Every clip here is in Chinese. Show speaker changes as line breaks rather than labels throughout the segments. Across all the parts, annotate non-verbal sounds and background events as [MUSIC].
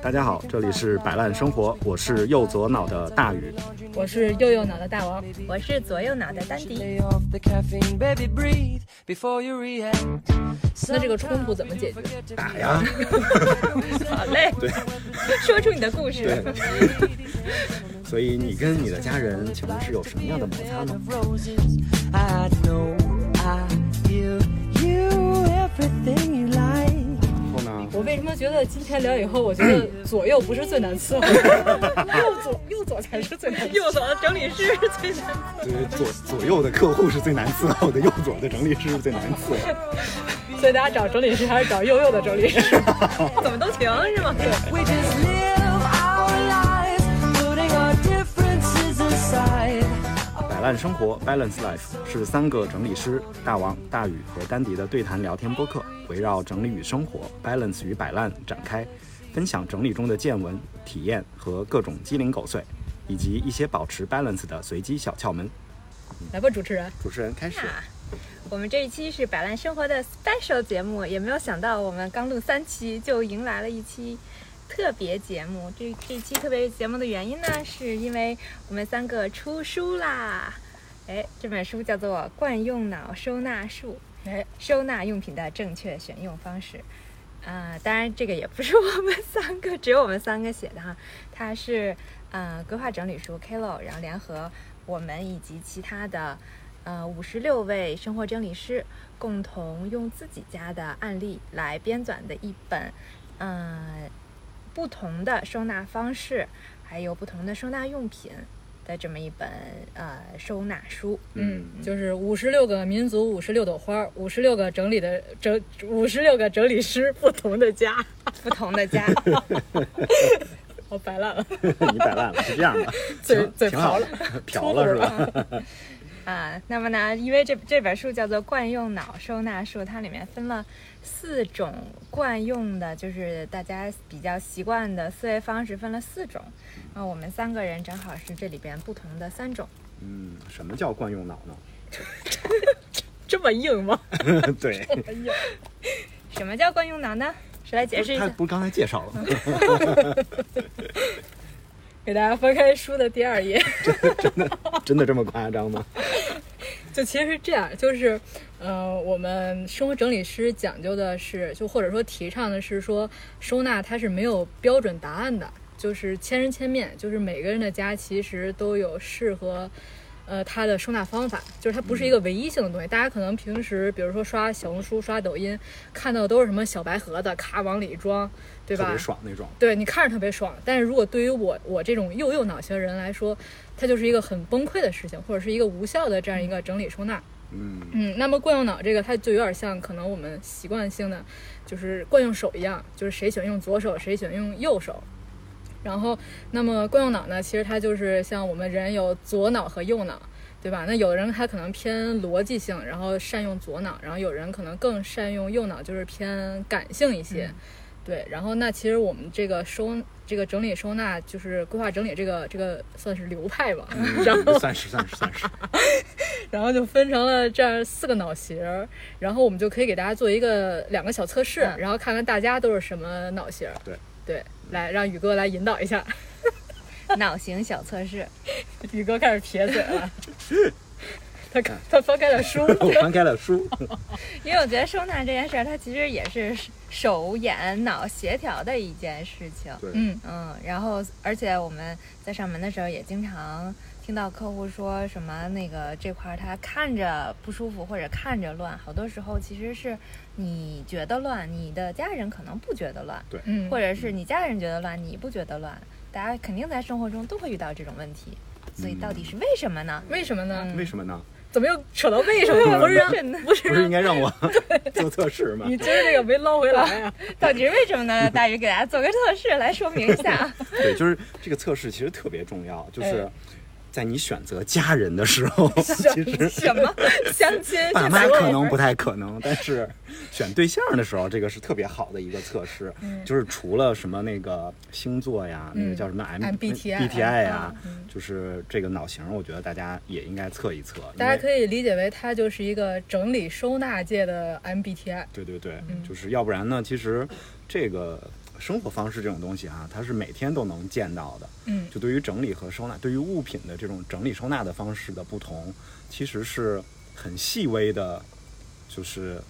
大家好，这里是摆烂生活，我是右左脑的大宇，
我是右右脑的大王，
我是左右脑的丹迪。
那这个冲突怎么解决？
打哎
[LAUGHS]
呀！
好嘞，
对
说出你的故
对
事。。
所以你跟你的家人请问是有什么样的摩擦呢？
I know I give you everything you like.
然后呢？
我为什么觉得今天聊以后，我觉得
[COUGHS]
左右不是最难
[LAUGHS]
伺候的，右左右左才是最难伺候的。
右左的整理师最难。
对，左左右的客户是最难伺候的，右左的整理师是最难伺候的。
所以大家找整理师还是找右右的整理 [LAUGHS] 师。
[LAUGHS] 怎么都行是吗？
We just live our lives, putting our differences aside.
摆烂生活 （Balance Life） 是三个整理师大王、大宇和丹迪的对谈聊天播客，围绕整理与生活 （Balance 与摆烂）展开，分享整理中的见闻、体验和各种鸡零狗碎，以及一些保持 balance 的随机小窍门。
来吧，主持人，
主持人开始，
我们这一期是摆烂生活的 special 节目，也没有想到我们刚录三期就迎来了一期特别节目。这这一期特别节目的原因呢，是因为我们三个出书啦。哎，这本书叫做《惯用脑收纳术：
哎，
收纳用品的正确选用方式》。啊、当然这个也不是我们三个，只有我们三个写的哈。它是呃规划整理书 Kilo，然后联合我们以及其他的呃五十六位生活整理师，共同用自己家的案例来编纂的一
嗯
本，呃不同的收纳方式，还有不同的收纳用品的这么一本呃收纳书。
嗯，就是五十六个民族，五十六朵花，五十六个整理的整，五十六个整理师，不同的家， [LAUGHS]
不同的家， [LAUGHS]
我摆烂了，
[LAUGHS] 你摆烂了，是这样的，
[LAUGHS] 嘴
挺
嘴
挺好 [LAUGHS] 瓢
瓢了，
了是吧？
啊，那么呢，因为这这本书叫做《惯用脑收纳术》，它里面分了四种惯用的，就是大家比较习惯的思维方式，分了四种。啊，我们三个人正好是这里边不同的三种。
嗯，什么叫惯用脑
[LAUGHS]
呢？
这么硬吗？
对，
什么叫惯用脑呢？谁来解释一
他
下？
不是刚才介绍了
[LAUGHS]
吗？
给大家翻开书的第二页，
真的这么夸张吗？
就其实是这样，就是，呃，我们生活整理师讲究的是，就或者说提倡的是说，收纳它是没有标准答案的，就是千人千面，就是每个人的家其实都有适合，呃，它的收纳方法，就是它不是一个
嗯
唯一性的东西。大家可能平时比如说刷小红书、刷抖音，看到的都是什么小白盒子，咔往里装，对
特
吧？
别爽那种。
对你看着特别爽，但是如果对于我我这种右右脑型人来说，它就是一个很崩溃的事情，或者是一个无效的这样一个整理收纳。
嗯，
嗯，那么惯用脑这个，它就有点像可能我们习惯性的，就是惯用手一样，就是谁喜欢用左手，谁喜欢用右手。然后，那么惯用脑呢，其实它就是像我们人有左脑和右脑，对吧？那有的人他可能偏逻辑性，然后善用左脑，然后有人可能更善用右脑，就是偏感性一些。对，然后那其实我们这个收这个整理收纳，就是规划整理这个这个算是流派吧。 [LAUGHS] 然后
嗯算是算是算是， [LAUGHS]
然后就分成了这样四个脑型儿，然后我们就可以给大家做一个两个小测试，
嗯
然后看看大家都是什么脑型儿。
对
对，来让宇哥来引导一下， [LAUGHS]
脑型小测试，
宇哥开始撇嘴了，他看他翻开了书，
我翻开了书，
因为我觉得收纳这件事儿，它其实也是手眼脑协调的一件事情。
对
嗯，
嗯，然后而且我们在上门的时候也经常听到客户说什么那个这块儿他看着不舒服或者看着乱，好多时候其实是你觉得乱，你的家人可能不觉得乱，
嗯，
或者是你家人觉得乱，你不觉得乱，大家肯定在生活中都会遇到这种问题，所以到底是为什么呢？
为什么呢？
为什么呢？
怎么又扯到为什么？不是让
真的
嗯不是
嗯不是应
让
该让
[LAUGHS]
我 [LAUGHS] 做测试吗？
你今儿这个没捞回来啊？
[LAUGHS] 到底是为什么呢？大宇给大家做个测试来说明一下啊。
对，就是这个测试其实特别重要，就是
哎
在你选择家人的时候，其实
什么相
[LAUGHS]
亲？
爸妈可能不太可能，但是选对象的时候，这个是特别好的一个测试，
嗯
就是除了什么那个星座呀，那个叫什么 M
MBTI
BTI 呀，
嗯
就是这个脑型，我觉得大家也应该测一测，
大家
以。
可以理解为它就是一个整理收纳界的 MBTI。
嗯
对对对，就是要不然呢，其实这个生活方式这种东西啊，它是每天都能见到的。
嗯
就对于整理和收纳，对于物品的这种整理收纳的方式的不同，其实是很细微的，就是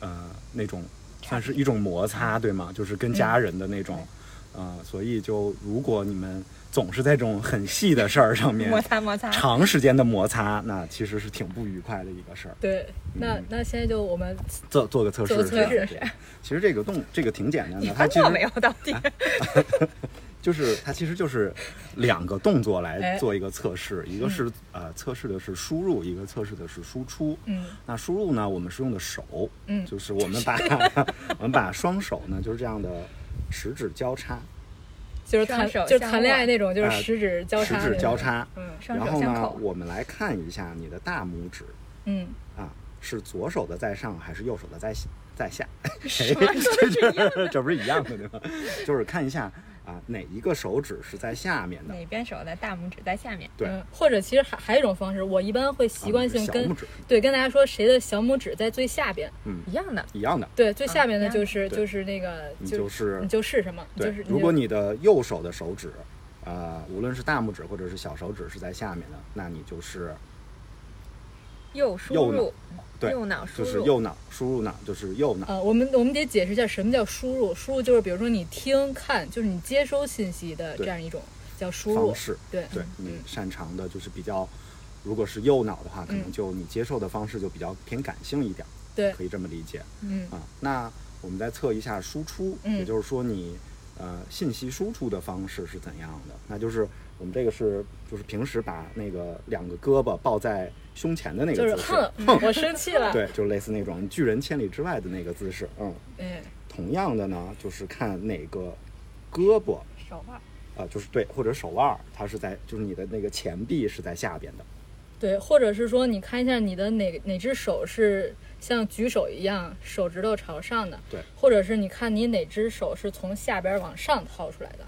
呃那种算是一种摩擦，
嗯
对吗？就是跟家人的那种，呃，所以就如果你们总是在这种很细的事儿上面
摩擦摩擦，
长时间的摩擦，那其实是挺不愉快的一个事儿。
对，那
嗯
那现在就我们
做做个测试
做
是
个
吧，
测试
对其实这个动这个哎挺简单
你
的，它
翻
其
到没
实
有？到底
就是它其实就是两个动作来
哎
做一个测试，一个是呃测试的是输入，一个测试的是输出。
嗯
那输入呢，我们是用的手，
嗯
就是我们把 [LAUGHS] 我们把双手呢就是这样的食指交叉，
就是
双
谈
手
就是
相
谈恋爱
握
那种，就是
啊
食指交叉
食
那种，
指交叉，
嗯
双
然
手
后
相
呢，
扣，
我们来看一下你的大拇指
嗯，
啊，是左手的在上还是右手的在在
[LAUGHS]
下？
是吗
这这 [LAUGHS] 这不是一样的对吗？就是看一下啊哪一个手指是在下面的，
哪边手的大拇指在下面？
对啊
嗯，或者其实还还有一种方式，我一般会习惯性
小
跟、
拇指
对跟大家说谁的小拇指在最下边，
一样的，
一样的。
对，最下边
一
的
样的
就是、
啊对
就是那个
你
就
就是
你就是什么，你
对，
就是
如果
就
你的右手的手指，呃，无论是大拇指或者是小手指是在下面的，那你就是
右输
右
入，
对
右脑输
就
入，
是右脑输入脑，就是右脑。
呃，我们我们得解释一下什么叫输入，输入就是比如说你听看，就是你接收信息的
对
这样一种叫输入
方，式，
对
对
嗯
你擅长的就是比较，如果是右脑的话，可能
嗯
就你接受的方式就比较偏感性一点，
对，
可以这么理解
嗯
啊。那我们再测一下输出，
嗯
也就是说你呃信息输出的方式是怎样的？那就是我们这个是就是平时把那个两个胳膊抱在胸前的那
就是
个姿势，[LAUGHS]
哼，我生气了，
对，就类似那种拒人千里之外的那个姿势，嗯。
哎，
同样的呢，就是看哪个胳膊
手腕。
啊、就是对，或者手腕儿，它是在，就是你的那个前臂是在下边的，
对，或者是说你看一下你的哪哪只手是像举手一样手指头朝上的，
对，
或者是你看你哪只手是从下边往上掏出来的，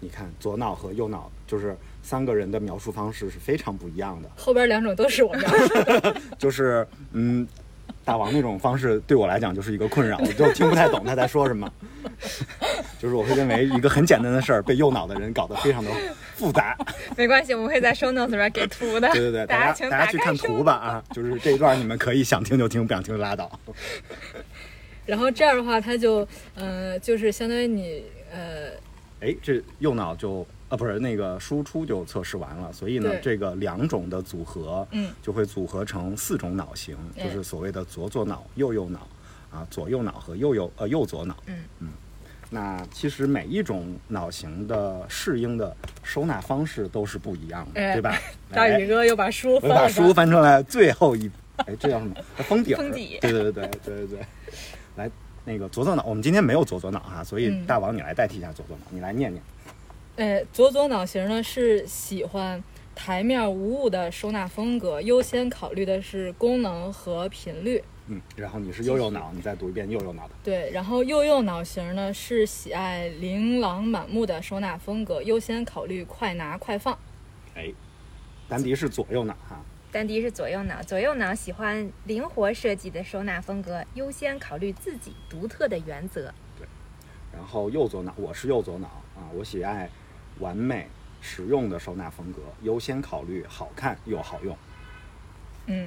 你看左脑和右脑，就是三个人的描述方式是非常不一样的。
后边两种都是我描述的， [LAUGHS]
就是嗯，大王那种方式对我来讲就是一个困扰，我 [LAUGHS] 就听不太懂他在说什么。 [LAUGHS] 就是我会认为一个很简单的事儿被右脑的人搞得非常的复杂。
没关系，我们会在 show notes 里边给图的。
[LAUGHS] 对
[LAUGHS]
对对，
大
大
请
家
打
大
开
家去看
书
图吧啊！就是这一段你们可以想听就听，不想听就拉倒。
然后这样的话，它就呃，就是相当于你呃，
哎，这右脑就啊不是那个输出就测试完了，所以呢
对，
这个两种的组合，
嗯，
就会组合成四种脑型，
嗯
就是所谓的左左脑、右右脑，啊，左右脑和右右呃右左脑，
嗯
那其实每一种脑型的适应的收纳方式都是不一样的，
哎
对吧？
[LAUGHS] 大
来
宇哥又把书
我
翻
把
了
书
翻，
翻出来最后一，哎，这叫什么？封
[LAUGHS]
底儿。
封底
对对对对对对对。来，那个左左脑，我们今天没有左左脑哈，所以
嗯
大王你来代替一下左左脑，你来念念。
哎，左左脑型呢是喜欢台面无物的收纳风格，优先考虑的是功能和频率。
嗯，然后你是右右脑，你再读一遍右右脑的。
对，然后右右脑型呢是喜爱琳琅满目的收纳风格，优先考虑快拿快放。
哎，丹迪是左右脑哈，
丹迪是左右脑，左右脑喜欢灵活设计的收纳风格，优先考虑自己独特的原则。
啊然后右左脑，我是右左脑啊，我喜爱完美实用的收纳风格，优先考虑好看又好用。
嗯，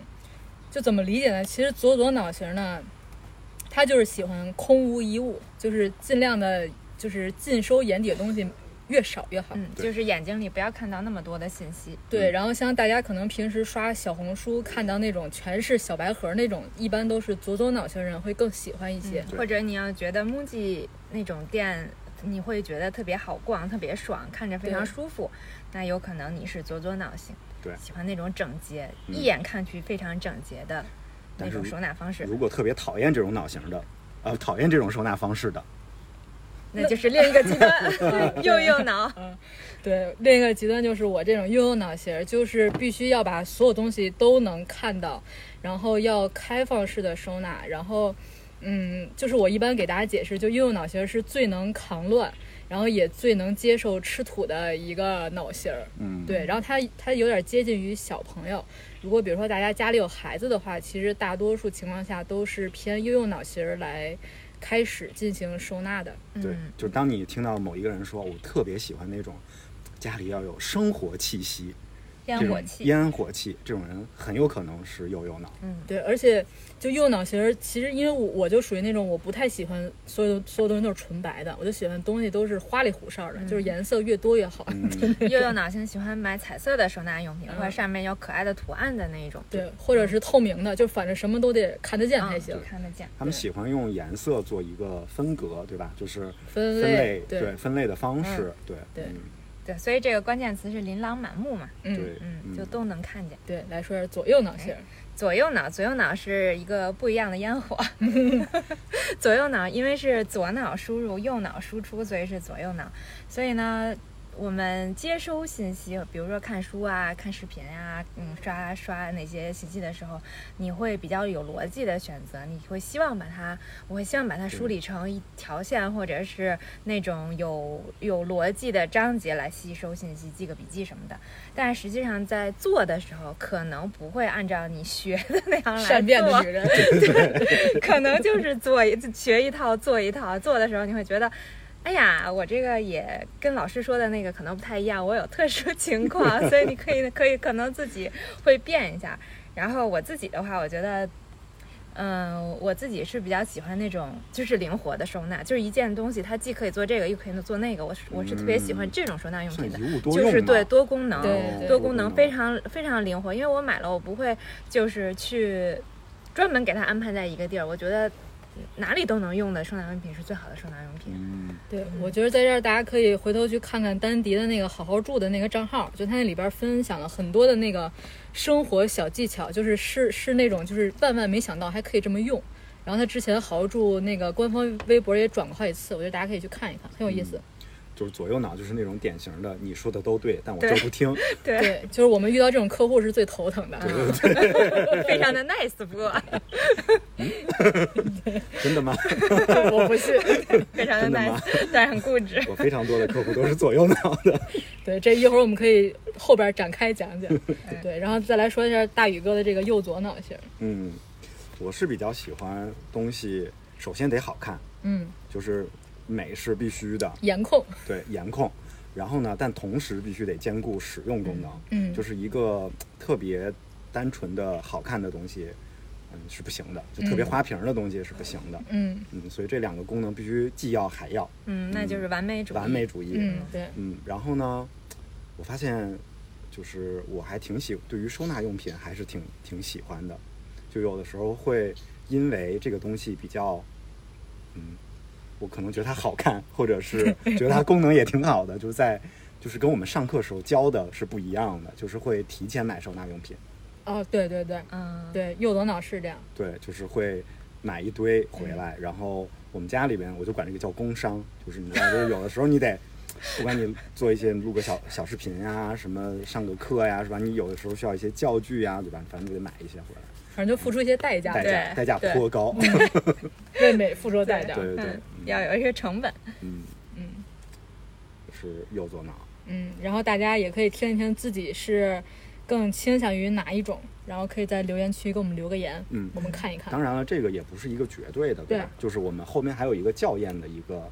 就怎么理解呢？其实左左脑型呢，他就是喜欢空无一物，就是尽量的，就是尽收眼底的东西越少越好。
嗯，
对
就是眼睛里不要看到那么多的信息。
对，然后像大家可能平时刷小红书看到那种全是小白盒那种，一般都是左左脑型人会更喜欢一些。
嗯对
或者你要觉得 MUJI 那种店，你会觉得特别好逛，特别爽，看着非常
对
舒服，那有可能你是左左脑型，
对
喜欢那种整洁，
嗯
一眼看去非常整洁的那
但是
种收纳方式，
如果特别讨厌这种脑型的，呃，讨厌这种收纳方式的，
那就是另一个极
[LAUGHS]
端， [LAUGHS] 右右脑。
对，另一个极端就是我这种右右脑型儿，就是必须要把所有东西都能看到，然后要开放式的收纳，然后，嗯，就是我一般给大家解释，就右右脑型儿是最能扛乱，然后也最能接受吃土的一个脑型儿。
嗯，
对，然后它它有点接近于小朋友。如果比如说大家家里有孩子的话，其实大多数情况下都是偏右右脑型儿来开始进行收纳的。
对，
嗯
就是当你听到某一个人说我特别喜欢那种家里要有生活气息，这
烟
种
火气，
烟火气，这种人很有可能是右右脑。
嗯
对，而且就右脑其实其实因为我我就属于那种我不太喜欢所有的所有东西都是纯白的，我就喜欢东西都是花里胡哨的，
嗯
就是颜色越多越好。
嗯，
[LAUGHS]
[LAUGHS]
右右脑性喜欢买彩色的收纳用品，
嗯
或者上面有可爱的图案的那一种，
对，或者是透明的，就反正什么都得看得见
嗯，
才行
就。看得见。
他们喜欢用颜色做一个分隔，对吧？就是分
分
类，
对
对分类的方式，对
对
嗯
对，所以这个关键词是琳琅满目嘛，
嗯
对
嗯，
嗯
就都能看见。
对，来说一下左右脑型。
左右脑，左右脑是一个不一样的烟火。 [LAUGHS] 左右脑因为是左脑输入，右脑输出，所以是左右脑。所以呢，我们接收信息，比如说看书啊、看视频啊，嗯，刷刷哪些信息的时候，你会比较有逻辑的选择，你会希望把它，我会希望把它梳理成一条线，或者是那种有有逻辑的章节来吸收信息，记个笔记什么的。但实际上在做的时候，可能不会按照你学的那哎样来做，
善变的女
[LAUGHS]
人，
可能就是做一学一套做一套，做的时候你会觉得。哎呀，我这个也跟老师说的那个可能不太一样，我有特殊情况，所以你可以可以可能自己会变一下。然后我自己的话，我觉得，嗯、我自己是比较喜欢那种就是灵活的收纳，就是一件东西它既可以做这个，又可以做那个。我是我是特别喜欢
嗯
这种收纳用
算
品的。
一物多用
就
嘛，
是对多功能，
对
哦
对
多功能非常非常灵活。因为我买了，我不会就是去专门给它安排在一个地儿。我觉得哪里都能用的收纳用品是最好的收纳用品。
嗯，
对，我觉得在这儿大家可以回头去看看丹迪的那个好好住的那个账号，就他那里边分享了很多的那个生活小技巧，就是是是那种就是万万没想到还可以这么用。然后他之前好好住那个官方微博也转过好几次，我觉得大家可以去看一看，很有意思。
就是左右脑就是那种典型的，你说的都对，但我
对
就不听， [LAUGHS]
对，
对，就是我们遇到这种客户是最头疼的。啊
非常的 nice。
[LAUGHS]
不过，
真的吗？
我不信。
[LAUGHS] 非常的
真的
nice，
吗
但是很固执。
我非常多的客户都是左右脑的， [LAUGHS]
对，这一会儿我们可以后边展开讲讲。对，然后再来说一下大宇哥的这个右左脑型。
嗯，我是比较喜欢东西，首先得好看，
嗯，
就是美是必须的，
颜控。
对，颜控。然后呢，但同时必须得兼顾使用功能，
嗯嗯
就是一个特别单纯的好看的东西，嗯，是不行的，就特
嗯
别花瓶儿的东西是不行的，
嗯
嗯所以这两个功能必须既要还要，
嗯，那就是完美主义。
完美主义，
嗯，对，
嗯，然后呢，我发现就是我还挺喜，对于收纳用品还是挺挺喜欢的，就有的时候会因为这个东西比较，嗯，我可能觉得它好看，或者是觉得它功能也挺好的，就是在就是跟我们上课时候教的是不一样的，就是会提前买收纳用品，
哦，对对对，
嗯，
对，右左脑是这样。
对，就是会买一堆
嗯
回来，然后我们家里边我就管这个叫工伤，就是你知道，就是有的时候你得，不管你做一些录个小小视频呀、什么上个课呀、是吧？你有的时候需要一些教具啊呀、对吧？反正就得买一些回来，
反正就付出一些代价，
代
对
价代价
对
颇高，
为美付出代价。
对对对
嗯，要有一个成本。
嗯
嗯，
就是右左脑，
嗯，然后大家也可以听一听自己是更倾向于哪一种，然后可以在留言区给我们留个言，
嗯
我们看一看。
当然了，这个也不是一个绝对的，吧？就是我们后面还有一个校验的一个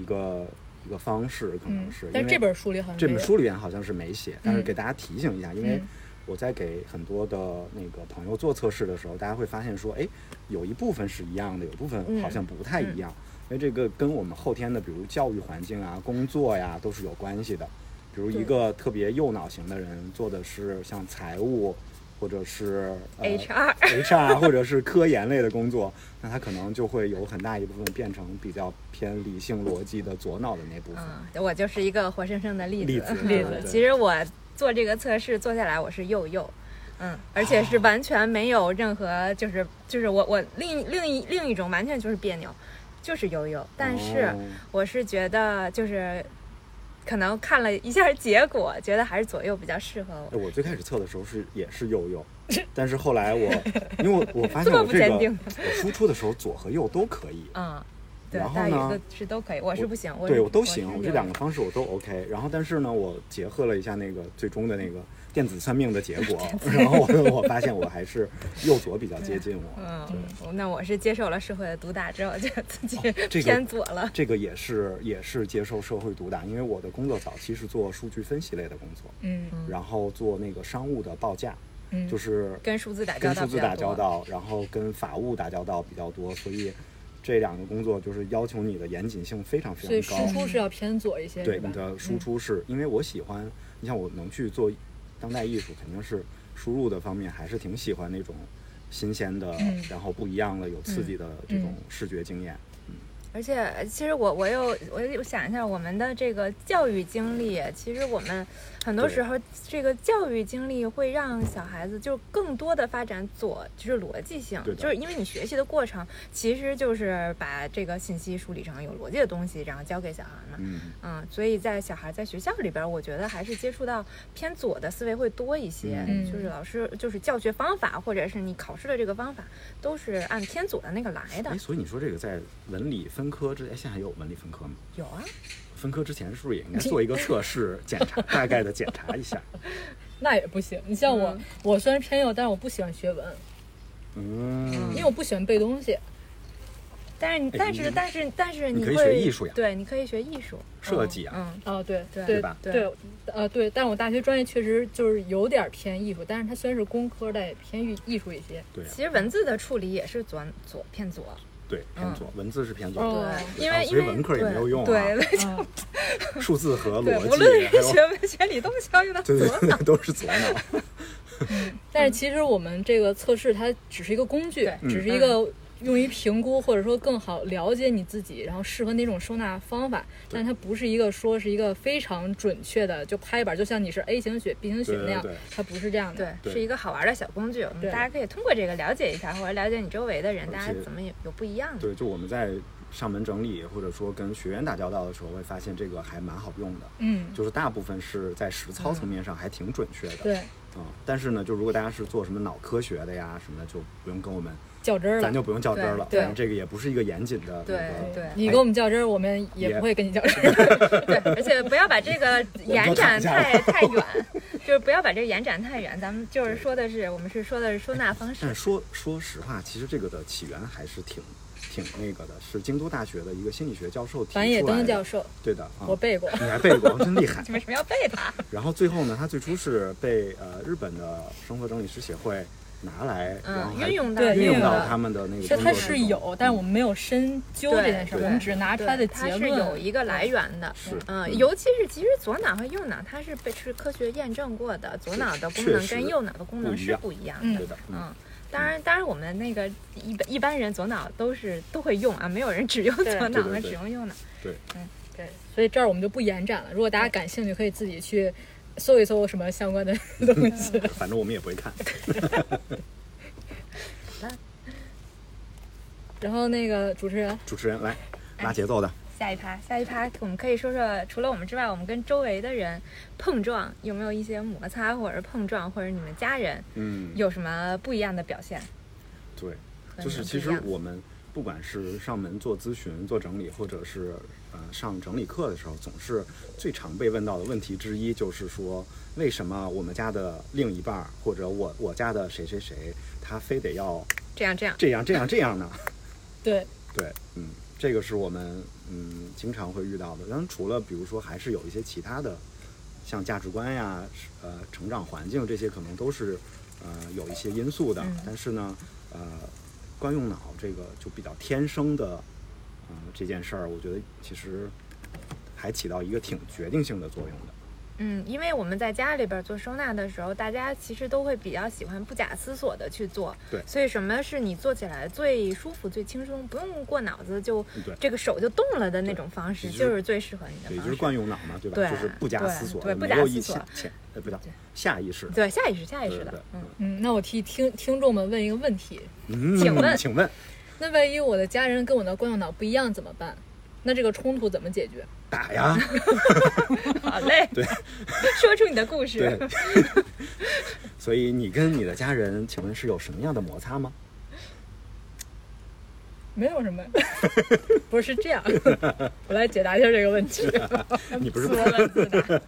一个一个方式，可能
嗯
是，因为。
但是这本书里好像
这
没
本
有
书里面好像是没写，但是
嗯
给大家提醒一下，因为
嗯
我在给很多的那个朋友做测试的时候，大家会发现说，哎，有一部分是一样的，有一部分好像
嗯
不太一样，因为这个跟我们后天的，比如教育环境啊、工作呀，都是有关系的。比如一个特别右脑型的人做的是像财务，或者是、呃、 [LAUGHS]
HR
HR 或者是科研类的工作，那他可能就会有很大一部分变成比较偏理性逻辑的左脑的那部分。
嗯，我就是一个活生生的例子。
例子
嗯
例子
其实我做这个测试做下来，我是右右，嗯，而且是完全没有任何，就是就是我我另一另一另一种完全就是别扭，就是右右。但是
哦
我是觉得就是可能看了一下结果，觉得还是左右比较适合我。
哎我最开始测的时候是也是右右，但是后
[LAUGHS]
来我，因为我我发
这
现
么
我
不
这个
坚定
我输出的时候左和右都可以，
嗯，
哦
对
然，后
大鱼
呢
的是都可以，我是不行，我
对
是
我都行，
是
我
有
这两个方式我都 OK。然后，但是呢，我结合了一下那个最终的那个电子算命的结果，然后我我发现我还是右左比较接近我。
嗯，我那我是接受了社会的毒打之后，就自己
哦这个
偏左了。
这个也是也是接受社会毒打，因为我的工作早期是做数据分析类的工作，
嗯
然后做那个商务的报价，
嗯，
就是
跟数字打交
跟
道
数
比
字
较
打交
多
道，然后跟法务打交道比较多，所以这两个工作就是要求你的严谨性非常非
所以输
常高。
出是要偏左一些，
对
是吧嗯
你？的输出是、因为我喜欢，你像我能去做当代艺术，肯定是输入的方面还是挺喜欢那种新鲜的，
嗯
然后不一样的、有刺激的这种
嗯
视觉经验。
而且，呃其实我我又我又想一下我们的这个教育经历，其实我们很多
对
时候这个教育经历会让小孩子就更多的发展左就是逻辑性
对，的
就是因为你学习的过程其实就是把这个信息梳理成有逻辑的东西，然后教给小孩嘛。
嗯，
嗯，所以在小孩在学校里边儿，我觉得还是接触到偏左的思维会多一些，
嗯
就是老师就是教学方法或者是你考试的这个方法都是按偏左的那个来的
哎，。所以你说这个在文理分科之前，哎现在还有文理分科吗？
有啊，
分科之前是不是也应该做一个测试检查，大概的检查一
[LAUGHS]
下？
那也不行。你像
嗯
我，我虽然偏右，但是我不喜欢学文，
嗯
因为我不喜欢背东西。
但是你，
哎
但是，
你
但是，但是，
可以
会
学艺术呀
对，你可以学艺术，
设计啊，
嗯，
哦，对
对
对
对吧
对
对，呃对，但我大学专业确实就是有点偏艺术，但是它虽然是工科，但也偏艺艺术一些。
对啊
其实文字的处理也是左左偏左，
对，
嗯
偏左，文字是偏左
哦
的。
对，
对
因
啊
为因
所以
为
文科也
对
没有用啊
对对
嗯，
数字和
对，
逻
无
辑，
论
还
是
有 [LAUGHS]
学文学理都需要用到左
对对对，都是左脑。
但是其实我们这个测试它只是一个工具
嗯对，
嗯
只是一个用于评估或者说更好了解你自己，然后适合哪种收纳方法。
对
但它不是一个说是一个非常准确的就拍板，就像你是 A 型血、B 型血
对对
那样
对对，
它不是这样的。
对
对，是一个好玩的小工具，我们
对
大家可以通过这个了解一下，或者了解你周围的人，大家
而且
怎么有有不一样的。
对，就我们在上门整理或者说跟学员打交道的时候，会发现这个还蛮好用的，
嗯，
就是大部分是在实操层面上还挺准确的。
对，
嗯，但是呢，就如果大家是做什么脑科学的呀什么的，就不用跟我们，
较真儿
咱
了。
就不用较真儿了。
对对
反正这个也不是一个严谨的
对
那个
对
你跟我们较真儿，我们也不会跟你较真
[LAUGHS]
儿。
对， [LAUGHS] 而且不要把这个延展太太远， [LAUGHS] 就是不要把这个延展太远。咱们就是说的是，我们是说的是收纳方式 [LAUGHS]
但是。说说实话，其实这个的起源还是挺挺那个的，是京都大学的一个心理学教授提出来
板
的。
野登教授，
对的，啊、
我背过。
你还背过，真厉害
你。为什么要背它？
然后最后呢，他最初是被呃日本的生活整理师协会拿来，然后
嗯，
还
运用到
对
运
运
用
用
到
到
他们的那个
是
工
它
作之
是
中
有，但是我们没有深究这件事儿，
对
我们只是拿出来的
对
结
它
论。
是有一个来源的。
是
嗯，尤其是其实左脑和右脑，它是被是科学验证过的，左脑的功
确
能
实
跟右脑的功能
不一
是
样
不一样
嗯
的。
对的，嗯，
嗯，当然，当然，我们那个一般一般人左脑都是都会用啊，没有人只用
对
左脑
对对
和
对
只用右脑。
对，
对，所以这儿我们就不延展了。如果大家感兴趣，可以自己去搜一搜什么相关的东西。
反正我们也不会看。
然后那个主持人，
主持人来
哎
拉节奏的，
下一趴，下一趴，我们可以说说，除了我们之外，我们跟周围的人碰撞有没有一些摩擦，或者是碰撞，或者你们家人
嗯，
有什么不一样的表现？
对，
和
就
你
是
们
其
不一
实
样
我们不管是上门做咨询、做整理，或者是呃上整理课的时候，总是最常被问到的问题之一就是说，为什么我们家的另一半儿或者我我家的谁谁谁，他非得要
这样这样，
这样这样这样呢？
对，
对，嗯，这个是我们嗯经常会遇到的。当然，除了比如说，还是有一些其他的，像价值观呀、呃成长环境这些，可能都是呃有一些因素的。
嗯
但是呢，呃，惯用脑这个就比较天生的，呃这件事儿，我觉得其实还起到一个挺决定性的作用的。
嗯，因为我们在家里边做收纳的时候，大家其实都会比较喜欢不假思索的去做，
对
所以什么是你做起来最舒服、最轻松，不用过脑子就
对
这个手就动了的那种方式，
也
就
就是
是最适合你的
也
方
就
式。
是惯用脑嘛，对吧？
对
就是不假
对
思索
对
的，
不
没
假
有
思
一
索
潜潜呃不叫
对
下意识的。
对，下意识，下意
对对
识的
对，
嗯，
嗯，那我替听听众们问一个问题：
嗯，
请问
请问
那万一我的家人跟我的惯用脑不一样怎么办？那这个冲突怎么解决？
打呀？
好嘞，
对，
[LAUGHS] 说出你的故事。
[LAUGHS]
对，所以你跟你的家人，请问是有什么样的摩擦吗？
没有什么， [LAUGHS] 不是这样， [LAUGHS] 我来解答一下这个问题。呃
你不是
自问自答。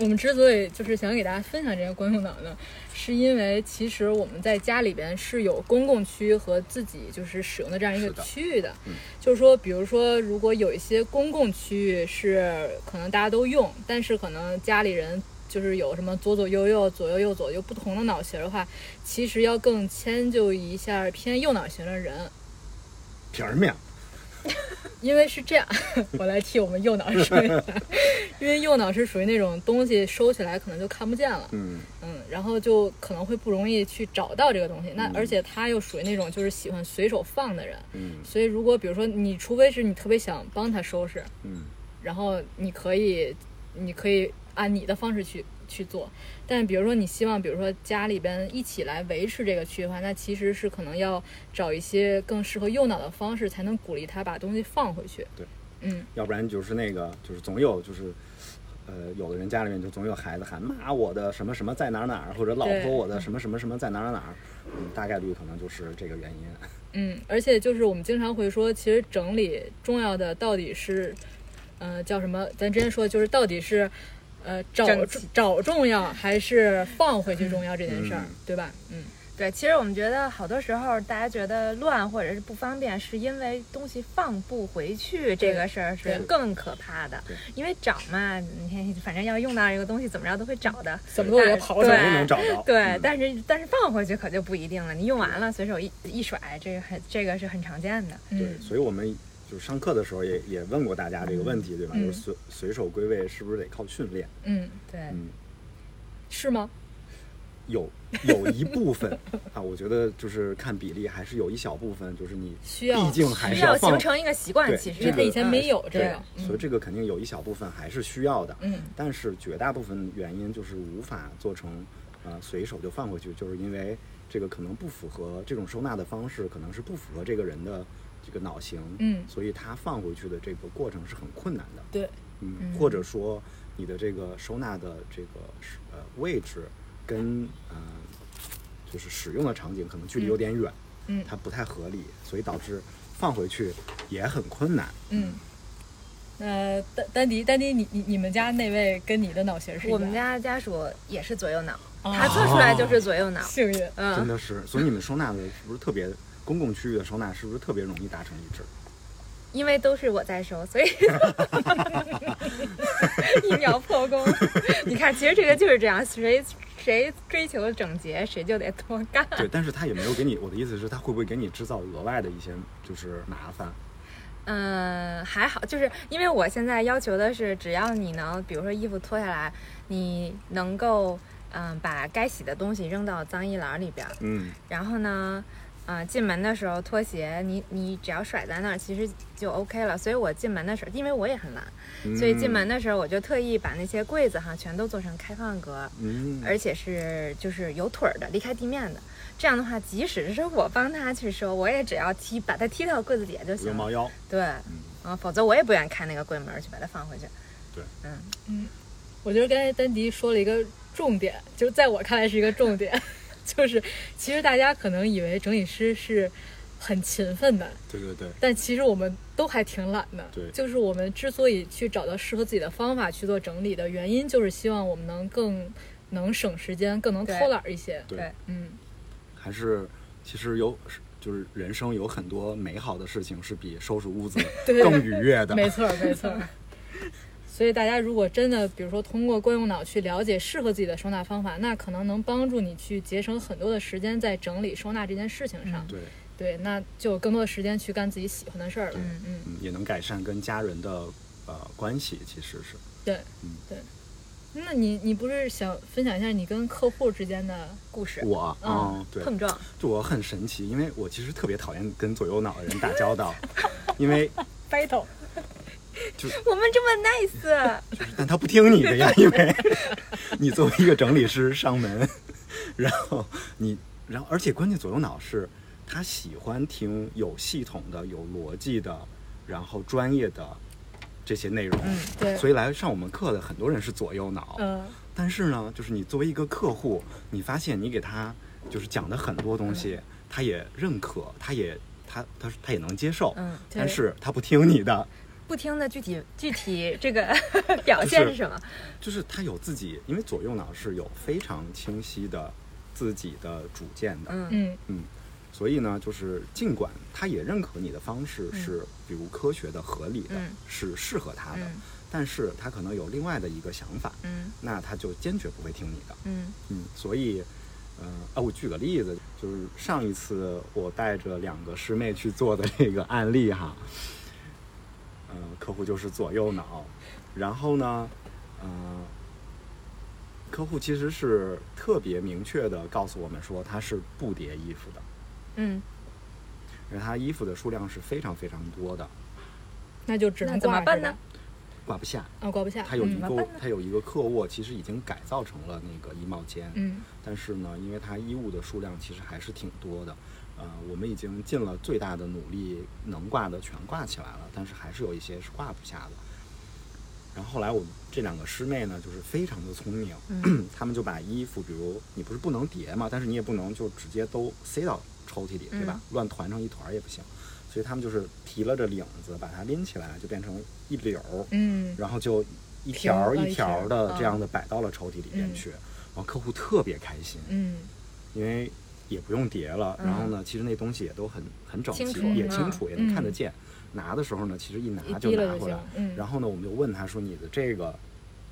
我们之所以就是想给大家分享这个观众岛呢，是因为其实我们在家里边是有公共区和自己就是使用的这样一个
是的
区域的，
嗯
就是说，比如说，如果有一些公共区域是可能大家都用，但是可能家里人。就是有什么左左右右、左右右左右不同的脑型的话，其实要更迁就一下偏右脑型的人，
凭什么呀？
因为是这样， [LAUGHS] 我来替我们右脑说一下， [LAUGHS] 因为右脑是属于那种东西收起来可能就看不见了，
嗯，
嗯，然后就可能会不容易去找到这个东西。那
嗯
而且他又属于那种就是喜欢随手放的人，
嗯
所以如果比如说你，除非是你特别想帮他收拾，
嗯
然后你可以，你可以按你的方式去去做。但比如说你希望，比如说家里边一起来维持这个区域的话，那其实是可能要找一些更适合右脑的方式，才能鼓励他把东西放回去。
对，
嗯，
要不然就是那个，就是总有就是，呃，有的人家里面就总有孩子喊妈我的什么什么在哪儿哪儿，或者老
对
婆我的什么什么什么在哪儿哪儿哪儿，嗯，大概率可能就是这个原因。
嗯，而且就是我们经常会说，其实整理重要的到底是，呃，叫什么？咱之前说就是到底是，呃，找
整齐
找重要还是放回去重要这件事儿，
嗯
对吧？嗯，
对，其实我们觉得好多时候大家觉得乱或者是不方便，是因为东西放不回去这个事儿是
对
更可怕的
对。
因为找嘛，你 [LAUGHS] 反正要用到这个东西，怎么着都会找的。
怎么都得刨出
总
对
来。
是能找着。
对，
嗯
但是但是放回去可就不一定了。你用完了随手一一甩，这个很这个是很常见的。
对，
嗯，
所以我们就是上课的时候也也问过大家这个问题，对吧？
嗯
就是随随手归位是不是得靠训练？
嗯，
对，
嗯，
是吗？
有有一部分啊，我觉得就是看比例，还是有一小部分，就是你
需要
毕竟还
需
是
要
放
形成一个习惯
对，
其实
这
因为
个
他以前没有这
对
个，，
所以这个肯定有一小部分还是需要的。
嗯
但是绝大部分原因就是无法做成，呃，随手就放回去，就是因为这个可能不符合这种收纳的方式，可能是不符合这个人的这个脑型，
嗯
所以他放回去的这个过程是很困难的，
对，
嗯，
嗯
或者说你的这个收纳的这个是呃位置跟呃就是使用的场景可能距离有点远，
嗯
它不太合理，所以导致放回去也很困难。
嗯。那丹丹迪，丹迪，你你你们家那位跟你的脑型是一样
我们家家属也是左右脑，
哦
他测出来就是左右脑。
幸运，
真
嗯，
的是，所以你们收纳的是不是特别？公共区域的收纳是不是特别容易达成一致？
因为都是我在
[LAUGHS]
收，所以 [LAUGHS] 一秒破功。 [LAUGHS] 你看，其实这个就是这样，谁谁追求整洁，谁就得多干。
对，但是他也没有给你，我的意思是，他会不会给你制造额外的一些就是麻烦？
嗯，还好，就是因为我现在要求的是，只要你能，比如说衣服脱下来，你能够嗯把该洗的东西扔到脏衣篮里边儿，
嗯，
然后呢，呃，进门的时候拖鞋，你你只要甩在那儿，其实就 OK 了。所以我进门的时候，因为我也很懒，
嗯
所以进门的时候我就特意把那些柜子哈全都做成开放格，
嗯，
而且是就是有腿儿的，离开地面的。这样的话，即使是我帮他去收，我也只要踢把它踢到柜子底下就
不用
行
猫
了。
腰，嗯
对，啊，否则我也不愿意开那个柜门儿去把它放回去。
我觉得刚才丹迪说了一个重点，就是在我看来是一个重点， [LAUGHS] 就是其实大家可能以为整理师是很勤奋的，
对对对，
但其实我们都还挺懒的。
对
就是我们之所以去找到适合自己的方法去做整理的原因，就是希望我们能更能省时间，更能
对
偷懒儿一些。
对
对
嗯，
还是其实有是就是人生有很多美好的事情是比收拾屋子
[LAUGHS] 对
更愉悦的。
没错儿，没错儿。所以大家如果真的，比如说通过惯用脑去了解适合自己的收纳方法，那可能能帮助你去节省很多的时间在整理收纳这件事情上。
对，
对，那就有更多的时间去干自己喜欢的事儿了。
嗯
嗯，
嗯，也能改善跟家人的呃关系，其实是
对
嗯，
对。那你你不是想分享一下你跟客户之间的
故事
我，
嗯
嗯，对，
碰撞， [LAUGHS]
就我很神奇，因为我其实特别讨厌跟左右脑的人打交
[LAUGHS]
道，因为
battle？
我们这么 nice，
但他不听你的呀，因为你作为一个整理师上门，然后你，然后而且关键左右脑是他喜欢听有系统的、有逻辑的，然后专业的这些内容，
对，
所以来上我们课的很多人是左右脑，
嗯，
但是呢，就是你作为一个客户，你发现你给他就是讲的很多东西，他也认可，他也他他他也能接受，
嗯， [LAUGHS]
但是他不听你的，
不听的具体具体这个 [LAUGHS] 表现是什么？
就是他有自己，因为左右脑是有非常清晰的自己的主见的，
嗯
嗯
所以呢，就是尽管他也认可你的方式是，比如科学的、合理的
嗯，
是适合他的，
嗯
但是他可能有另外的一个想法，
嗯
那他就坚决不会听你的。
嗯
嗯，所以，呃，啊，我举个例子，就是上一次我带着两个师妹去做的这个案例哈，呃，客户就是左右脑，然后呢，呃，客户其实是特别明确的告诉我们说他是不叠衣服的，
嗯，
因为他衣服的数量是非常非常多的，
那就只能
那怎
挂
么
是
办
吧
呢？
挂不下。
啊，挂不下。
他有一个、
嗯
怎么办呢
他有一个客卧，其实已经改造成了那个衣帽间，
嗯
但是呢，因为它衣物的数量其实还是挺多的，呃，我们已经尽了最大的努力，能挂的全挂起来了，但是还是有一些是挂不下的。然后后来我们这两个师妹呢，就是非常的聪明，
嗯
[CLEARS THROAT] 她、们就把衣服，比如你不是不能叠嘛，但是你也不能就直接都塞到抽屉里，
嗯
对吧？乱团成一团儿也不行，所以她们就是提了着领子把它拎起来，就变成一绺儿，
嗯，
然后就一条儿
平呃
一条儿的
一条儿
这样的摆到了抽屉里边
嗯
去，然后客户特别开心，
嗯
因为也不用叠了，然后呢，其实那东西也都很很整齐
清，楚
也
嗯
清楚，也能看得
嗯
见。拿的时候呢，其实一拿
一
就
提了
拿
就
回来
行。嗯
然后呢，我们就问他说：“你的这个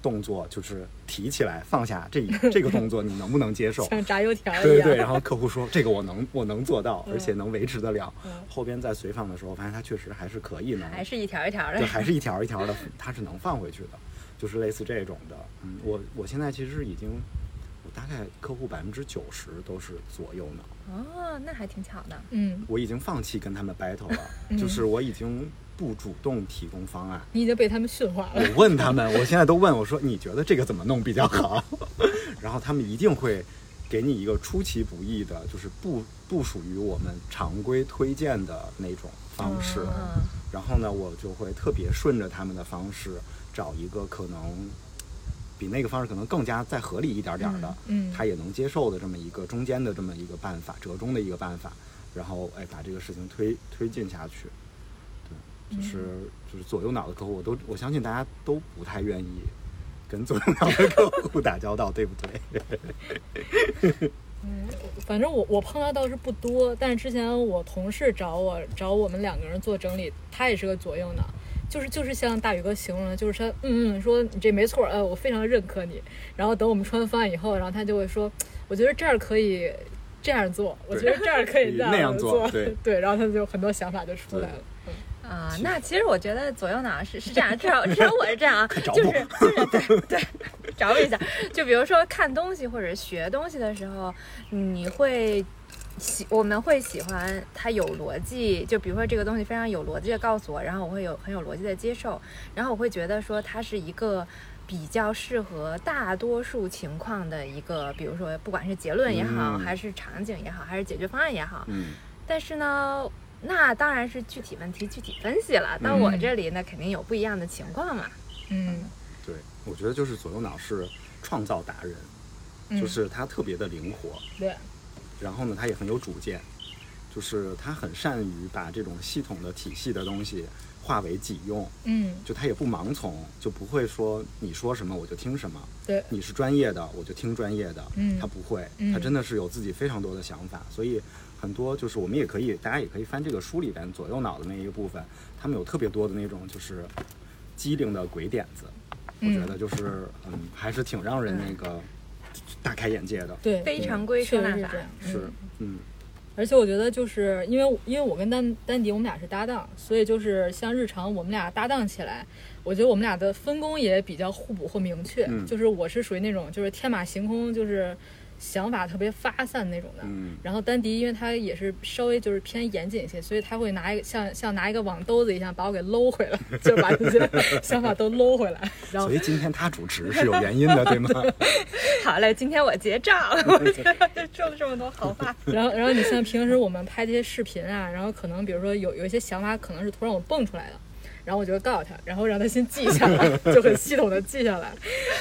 动作就是提起来放下这一这个动作，你能不能接受？”
像炸油条一
对对
样。
对，然后客户说这个我能我能做
[LAUGHS]
到，而且能维持得了
嗯。
后边在随访的时候发现他确实还是可以能，
还是一条一条的
对，，还是一条一条的，它是能放回去的，就是类似这种的。嗯，我我现在其实已经，我大概客户百分之九十都是左右脑，
哦，那还挺巧的。
嗯，
我已经放弃跟他们 battle 了， [LAUGHS] 就是我已经不主动提供方案。
你已经被他们驯化了。
我问他们，我现在都问我说你觉得这个怎么弄比较好？ [LAUGHS] 然后他们一定会给你一个出其不意的，就是不不属于我们常规推荐的那种方式。
嗯
然后呢，我就会特别顺着他们的方式，找一个可能比那个方式可能更加再合理一点点儿的，
嗯嗯
他也能接受的这么一个中间的这么一个办法，折中的一个办法，然后哎把这个事情推推进下去。对，
嗯
就是就是左右脑的客户，我都我相信大家都不太愿意跟左右脑的客户打交道，对不对？
反正我我碰到倒是不多，但是之前我同事找我找我们两个人做整理，他也是个左右脑，就是就是像大宇哥形容的，就是他嗯嗯说你这没错，呃我非常认可你。然后等我们吃完饭以后，然后他就会说，我觉得这儿可以这样做，我觉得这儿可以这
那样做
做， [LAUGHS]
对
然后他就很多想法就出来了。
啊、那其实我觉得左右脑是是这样，至少至少我是这样啊，就是就是对对，找我一下。就比如说看东西或者学东西的时候，你会喜我们会喜欢它有逻辑，就比如说这个东西非常有逻辑的告诉我，然后我会有很有逻辑的接受，然后我会觉得说它是一个。比较适合大多数情况的一个，比如说，不管是结论也好，
嗯
还是场景也好，还是解决方案也好，
嗯，
但是呢，那当然是具体问题具体分析了。到我这里，那肯定有不一样的情况嘛。
嗯
对，我觉得就是左右脑是创造达人，
嗯，
就是他特别的灵活。
对，
然后呢，他也很有主见，就是他很善于把这种系统的体系的东西化为己用，
嗯
就他也不盲从，就不会说你说什么我就听什么，
对，
你是专业的我就听专业的，
嗯
他不会，
嗯
他真的是有自己非常多的想法，所以很多就是我们也可以，大家也可以翻这个书里边左右脑的那一个部分，他们有特别多的那种就是机灵的鬼点子，我觉得就是嗯，还是挺让人那个大开眼界的，
对，
非常规
确
收
实
纳
是
法
这，样。
是，嗯。
而且我觉得，就是因为我因为我跟丹丹迪我们俩是搭档，所以就是像日常我们俩搭档起来，我觉得我们俩的分工也比较互补或明确。
嗯
就是我是属于那种就是天马行空，就是想法特别发散那种的。
嗯
然后丹迪因为他也是稍微就是偏严谨一些，所以他会拿一个像像拿一个网兜子一样把我给搂回来，就把这些 [LAUGHS] 想法都搂回来。然后
所以今天他主持是有原因的，
[LAUGHS]
对吗？
好嘞，今天我结账，我觉得说了这么多
[LAUGHS]
好话。
然后，然后你像平时我们拍这些视频啊，然后可能比如说有有一些想法，可能是突然我蹦出来的，然后我就会告诉他，然后让他先记下来，就很系统的记下来，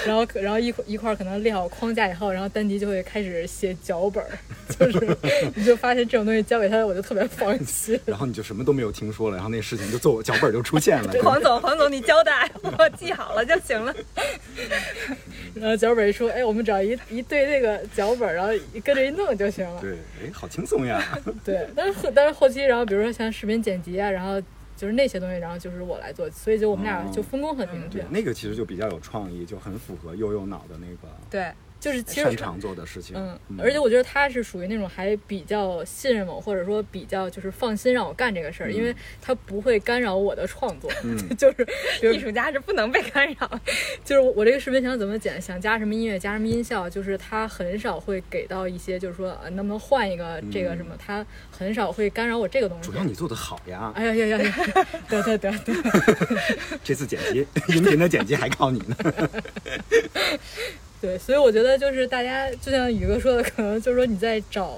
然后然后一块一块儿可能列好框架以后，然后丹迪就会开始写脚本儿，就是
[LAUGHS]
你就发现这种东西交给他，我就特别放心。
然后你就什么都没有听说了，然后那事情就做脚本就出现
[LAUGHS]
了。对吧
黄总，黄总，你交代，我记好了就行了。
然后脚本一出，哎，我们只要一一对这个脚本，然后一跟着一弄就行了。
对，哎，好轻松呀！
[LAUGHS] 对，但是后但是后期，然后比如说像视频剪辑啊，然后就是那些东西，然后就是我来做，所以就我们俩
哦
就分工很明确。
对，那个其实就比较有创意，就很符合悠悠脑的那个
对，
就是其
擅
实
长做的事情。
嗯，而且我觉得他是属于那种还比较信任我，或者说比较就是放心让我干这个事儿，
嗯
因为他不会干扰我的创作，
嗯
[LAUGHS] 就是
艺术家是不能被干扰。
就是我这个视频想怎么剪，想加什么音乐，加什么音效，就是他很少会给到一些，就是说、呃、能不能换一个这个什么，他很少会干扰我这个东西
嗯主。要你做的好呀，
哎呀呀呀呀！得得得得，
这次剪辑 [LAUGHS] 音频的剪辑还靠你呢。 [LAUGHS]
对，所以我觉得就是大家就像宇哥说的，可能就是说你在找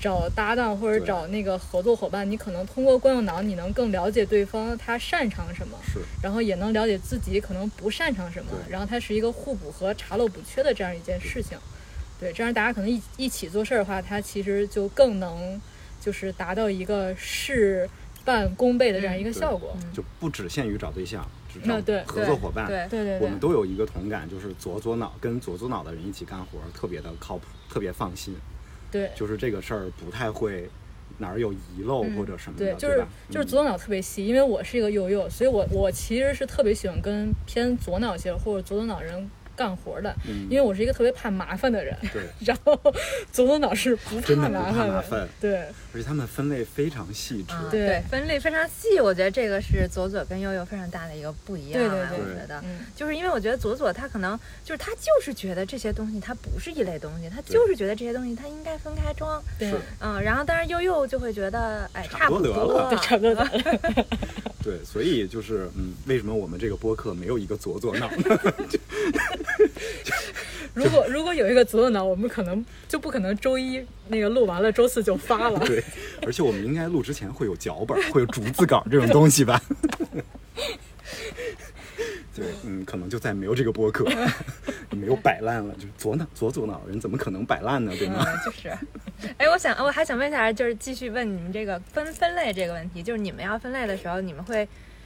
找搭档或者
对
找那个合作伙伴，你可能通过惯用脑，你能更了解对方他擅长什么，
是，
然后也能了解自己可能不擅长什么，
对
然后它是一个互补和查漏补缺的这样一件事情。对，这样大家可能一一起做事儿的话，它其实就更能就是达到一个事半功倍的这样一个
嗯对
效果。
就不只限于找对象，只
那嗯对
找合作伙伴。
对
对对对，
我们都有一个同感，就是左左脑跟左左脑的人一起干活，特别的靠谱，特别放心。
对嗯
就是这个事儿不太会哪儿有遗漏或者什么的，
对，就
对
是
吧
就是
嗯
左脑特别细，因为我是一个右右，所以我我其实是特别喜欢跟偏左脑型或者左左脑人干活的，
嗯
因为我是一个特别怕麻烦的人，
对，
然后 [LAUGHS] 左左脑是不怕
真的不
麻
怕
烦
麻烦，啊
对
而且他们分类非常细致。
啊，
对
分类非常细，我觉得这个是左左跟右右非常大的一个不一样、啊。
对对对
我觉得，
嗯
就是因为我觉得左左他可能就是他就是觉得这些东西它不是一类东西，他就是觉得这些东西它应该分开装。
对
是
嗯，然后但是悠悠就会觉得，哎，
差
差
不
不
多
多
得了
对，差不多得了。
对，所以就是嗯，为什么我们这个播客没有一个左左脑呢？
如果如果有一个左右脑，我们可能就不可能周一那个录完了，周四就发了。
对，而且我们应该录之前会有脚本儿，会有逐字稿儿这种东西吧？对，嗯，可能就再没有这个播客，没有摆烂了，就是左脑左左脑人怎么可能摆烂呢？对吗？
嗯，就是， [LAUGHS] 哎，我想，我还想问一下，就是继续问你们这个分分类这个问题，就是你们要分类的时候，你们会，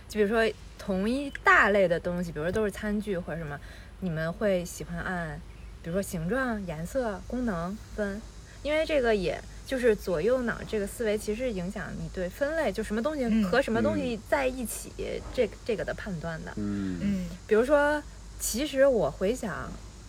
就比如说同一大类的东西，比如说都是餐具或者什么，你们会喜欢按，比如说形状、颜色、功能分，因为这个也就是左右脑这个思维，其实影响你对分类，就什么东西
嗯
和什么东西在一起，这这个的判断的。
嗯，
[LAUGHS] 嗯，
比如说，其实我回想，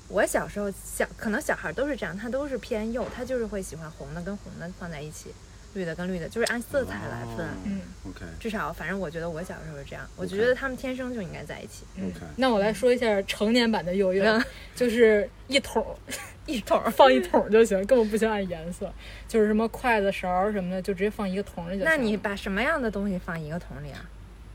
我小时候小，可能小孩都是这样，他都是偏右，他就是会喜欢红的跟红的放在一起，绿的跟绿的，就是按色彩来分。
哦
嗯
OK
至少，反正我觉得我小时候是这样，我
OK
觉得他们天生就应该在一起，
OK，
那我来说一下成年版的悠悠
嗯，
就是一桶儿
一桶儿。
放一桶就行，根本不需要按颜色，就是什么筷子、勺儿什么的，就直接放一个桶里就行。
那你把什么样的东西放一个桶里啊？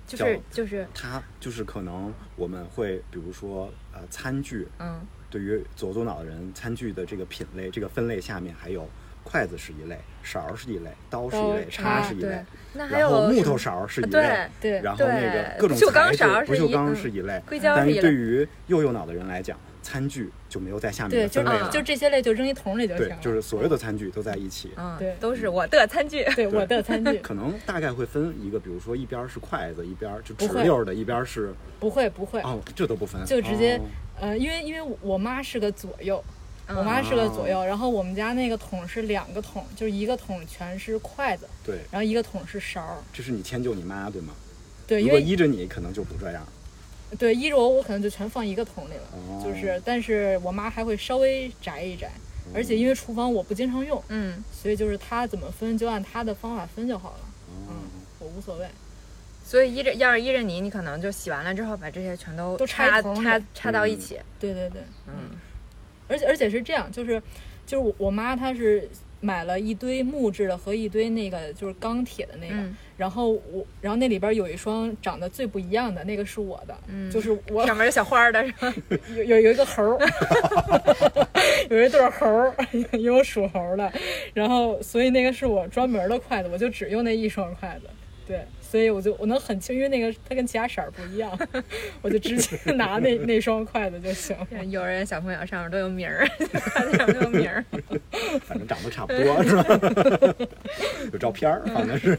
就是就是，
它就是可能我们会比如说呃餐具，
嗯
对于左左脑的人，餐具的这个品类这个分类下面还有筷子是一类，勺儿是一类，刀是一类，
刀
叉
叉
是一类
哦啊对，那还
然后
有
木
什
头
么啊
勺儿是一
对
类，
对
然后那个
对
各种
不锈钢
材质
勺儿
不
是
锈
一
钢
嗯
是一类，
硅胶
但
是
是
一
对
类
于右右脑的人来讲，餐具就没有嗯在下面
对，
的
就
分类
啊
是
了，
就这些类就扔一桶里就行
对
了。，
就是所有的餐具都在一起。
嗯，
对
都是我的餐具。
对我的餐具，
可能大概会分一个，比如说一边儿是筷子，一边儿就
不
直
会
溜儿的，一边儿是
不会不会，
哦，这都不分，
就直接
哦
呃，因为因为我我妈是个左右，
嗯
我妈是个左
哦
右，然后我们家那个桶是两个桶，就是一个桶全是筷子，
对，
然后一个桶是勺儿。
这是你迁就你妈对吗？
对，
如
因
果
为
依着你，可能就不这样。
对一揉我可能就全放一个桶里了，
哦
就是，但是我妈还会稍微摘一摘，
哦
而且因为厨房我不经常用，
嗯，
所以就是她怎么分就按她的方法分就好了，嗯
哦
我无所谓。
所以依着要是依着你，你可能就洗完了之后把这些全都
都拆
插
桶里
插插到一
嗯
起。
对对对，
嗯
而且而且是这样，就是就是我我妈她是买了一堆木质的和一堆那个就是钢铁的那个，
嗯
然后我然后那里边有一双长得最不一样的，那个是我的，
嗯
就是我
上面有小花儿的是吧？
有有有一个猴
[LAUGHS]
儿， [LAUGHS] 有一对儿猴儿， [LAUGHS] 也有属猴儿的，然后所以那个是我专门儿的筷子，我就只用那一双筷子，对，所以我就我能很清，因为那个它跟其他色儿不一样，我就直接拿
[LAUGHS]
那那双筷子就行了。
有人小朋友上面都有名儿， [LAUGHS] 筷子上面都有名
[LAUGHS]
儿。
嗯反正长得差不
[LAUGHS]
多是吧？ [LAUGHS] 有照片儿，
嗯
好像是。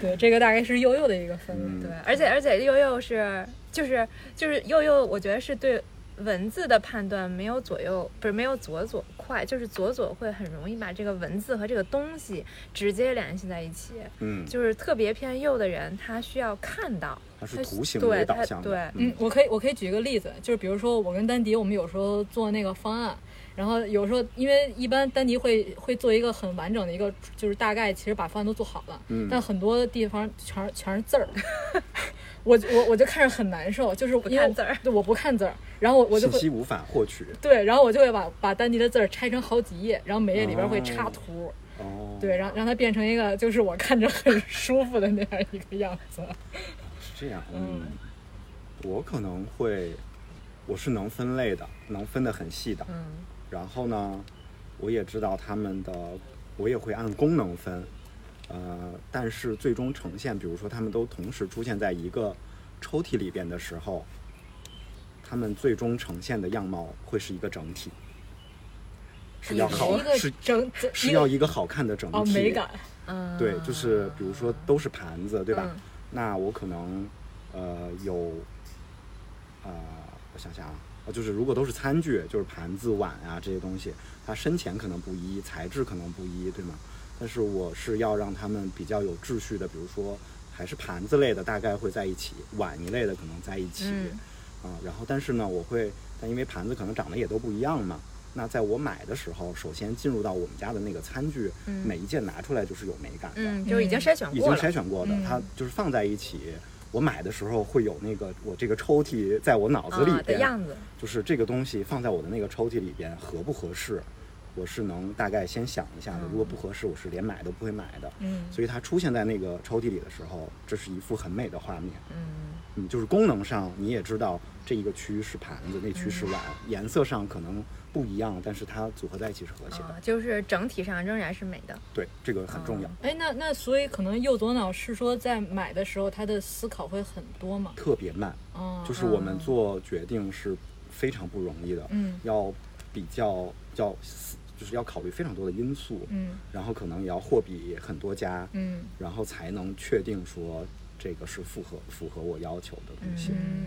对，这个大概是悠悠的一个氛围。
嗯
对，而且而且悠悠是就是就是悠悠，我觉得是对文字的判断没有左右，不是没有左左快，就是左左会很容易把这个文字和这个东西直接联系在一起。
嗯，
就是特别偏右的人，他需要看到，
它是
他
图形为
对
导
他
向
对
的，。
嗯，我可以我可以举一个例子，就是比如说我跟丹迪，我们有时候做那个方案，然后有时候因为一般丹迪会会做一个很完整的一个，就是大概其实把方案都做好了，
嗯
但很多地方全是全是字儿， [LAUGHS] 我就我我就看着很难受，就是因为
看字儿
对，我不看字儿，然后我我就
信
会
息无法获取。
对，然后我就会把把丹迪的字儿拆成好几页，然后每页里边会插图，
哦，
对，让让它变成一个就是我看着很舒服的那样一个样子。
是这样。
嗯
嗯，我可能会，我是能分类的，能分得很细的。
嗯，
然后呢，我也知道他们的，我也会按功能分，呃，但是最终呈现，比如说他们都同时出现在一个抽屉里边的时候，他们最终呈现的样貌会是一个整体，是要
也
好
一个
是
整整一
是
个
要一个好看的整体，
哦美感，
嗯
对，就是比如说都是盘子，对吧？
嗯
那我可能呃有呃，我想想啊，呃就是如果都是餐具，就是盘子、碗啊这些东西，它深浅可能不一，材质可能不一，对吗？但是我是要让它们比较有秩序的，比如说还是盘子类的大概会在一起，碗一类的可能在一起。
嗯
啊，然后但是呢，我会，但因为盘子可能长得也都不一样嘛，那在我买的时候，首先进入到我们家的那个餐具，
嗯
每一件拿出来就是有美感的，
嗯，就是已经筛选
已经
过了，嗯
筛选过的，它就是放在一起。我买的时候会有那个我这个抽屉在我脑子里
啊的
边，
样子，
就是这个东西放在我的那个抽屉里边合不合适，我是能大概先想一下
嗯
的。如果不合适，我是连买都不会买的。
嗯
所以它出现在那个抽屉里的时候，这是一幅很美的画面。
嗯
嗯，就是功能上你也知道这一个区是盘子，那区是碗，
嗯
颜色上可能不一样，但是它组合在一起是和谐
嗯
的。
啊，就是整体上仍然是美的，
对，这个很重要，
哎，那那所以可能右左脑是说在买的时候他的思考会很多嘛？
特别慢，
啊，
就是我们做决定是非常不容易的，
嗯
要比较要就是要考虑非常多的因素，
嗯
然后可能也要货比很多家，
嗯
然后才能确定说这个是符合符合我要求的东西。
嗯
嗯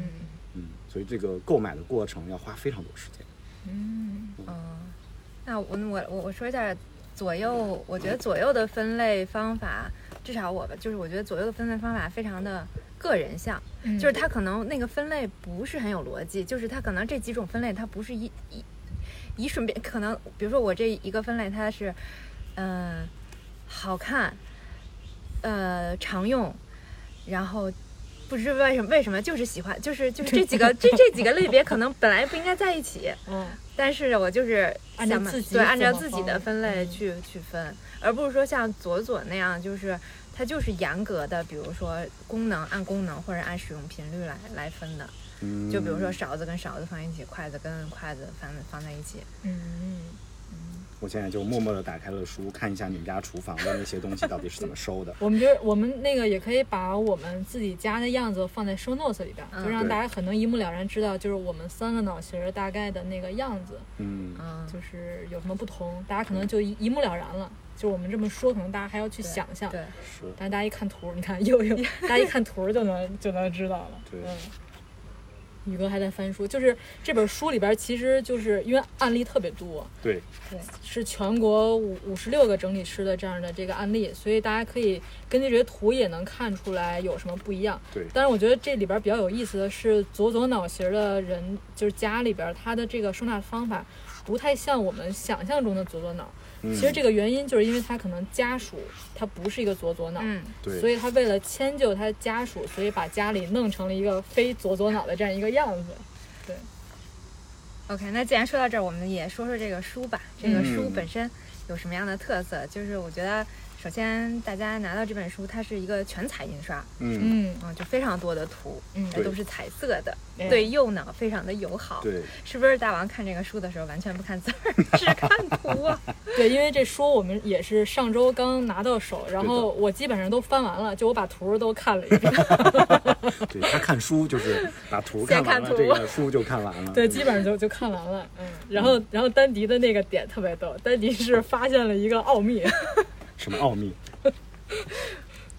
嗯，所以这个购买的过程要花非常多时间。
嗯
嗯，那我我我我说一下左右，我觉得左右的分类方法，至少我吧，就是我觉得左右的分类方法非常的个人向，
嗯，
就是它可能那个分类不是很有逻辑，就是它可能这几种分类它不是一一一顺便，可能比如说我这一个分类它是，嗯、好看，呃，常用，然后。不知为什么，为什么就是喜欢，就是就是
[LAUGHS]
这几个这这几个类别可能本来不应该在一起，
嗯
但是我就是
按照
想把
自己
对
怎
按照
么
自己
分
的分类
嗯
去、去分，而不是说像左左那样，就是它就是严格的，比如说功能按功能或者按使用频率来来分的。
嗯，
就比如说勺子跟勺子放一起，筷子跟筷子放放在一起。
嗯。
我现在就默默地打开了书，看一下你们家厨房的那些东西到底是怎么收的
我们就是我们那个也可以把我们自己家的样子放在 show notes 里边，
嗯
就让
对
大家很能一目了然知道，就是我们三个脑型儿大概的那个样子，
嗯，
嗯，
就是有什么不同，大家可能就一一目了然了。就是我们这么说，可能大家还要去
对
想象，
对，
是
但是大家一看图，你看又又，大家一看图就能就能知道了。
对
嗯。宇哥还在翻书，就是这本书里边，其实就是因为案例特别多，
对，
是全国五五十六个整理师的这样的这个案例，所以大家可以根据这些图也能看出来有什么不一样。
对
但是我觉得这里边比较有意思的是，左左脑型的人就是家里边他的这个收纳方法不太像我们想象中的左左脑。其实这个原因就是因为他可能家属他不是一个左左脑，
嗯，
对
所以他为了迁就他家属，所以把家里弄成了一个非左左脑的这样一个样子。
OK，那既然说到这儿，我们也说说这个书吧。这个
嗯
书本身有什么样的特色？就是我觉得，首先大家拿到这本书，它是一个全彩印刷，
嗯，
嗯
嗯，就非常多的图，
嗯
哎都是彩色的，
对
对右脑非常的友好。
对，
是不是大王看这个书的时候完全不看字儿， [LAUGHS] 只看图啊？
对，因为这书我们也是上周刚拿到手，然后我基本上都翻完了，就我把图都看了一遍，
对他看书就是把图
先
看完
看
了，
图
这个书就看完了。嗯
对，基本上就就看完了，嗯。然后，然后丹迪的那个点特别逗，丹迪是发现了一个奥秘，
什么奥秘？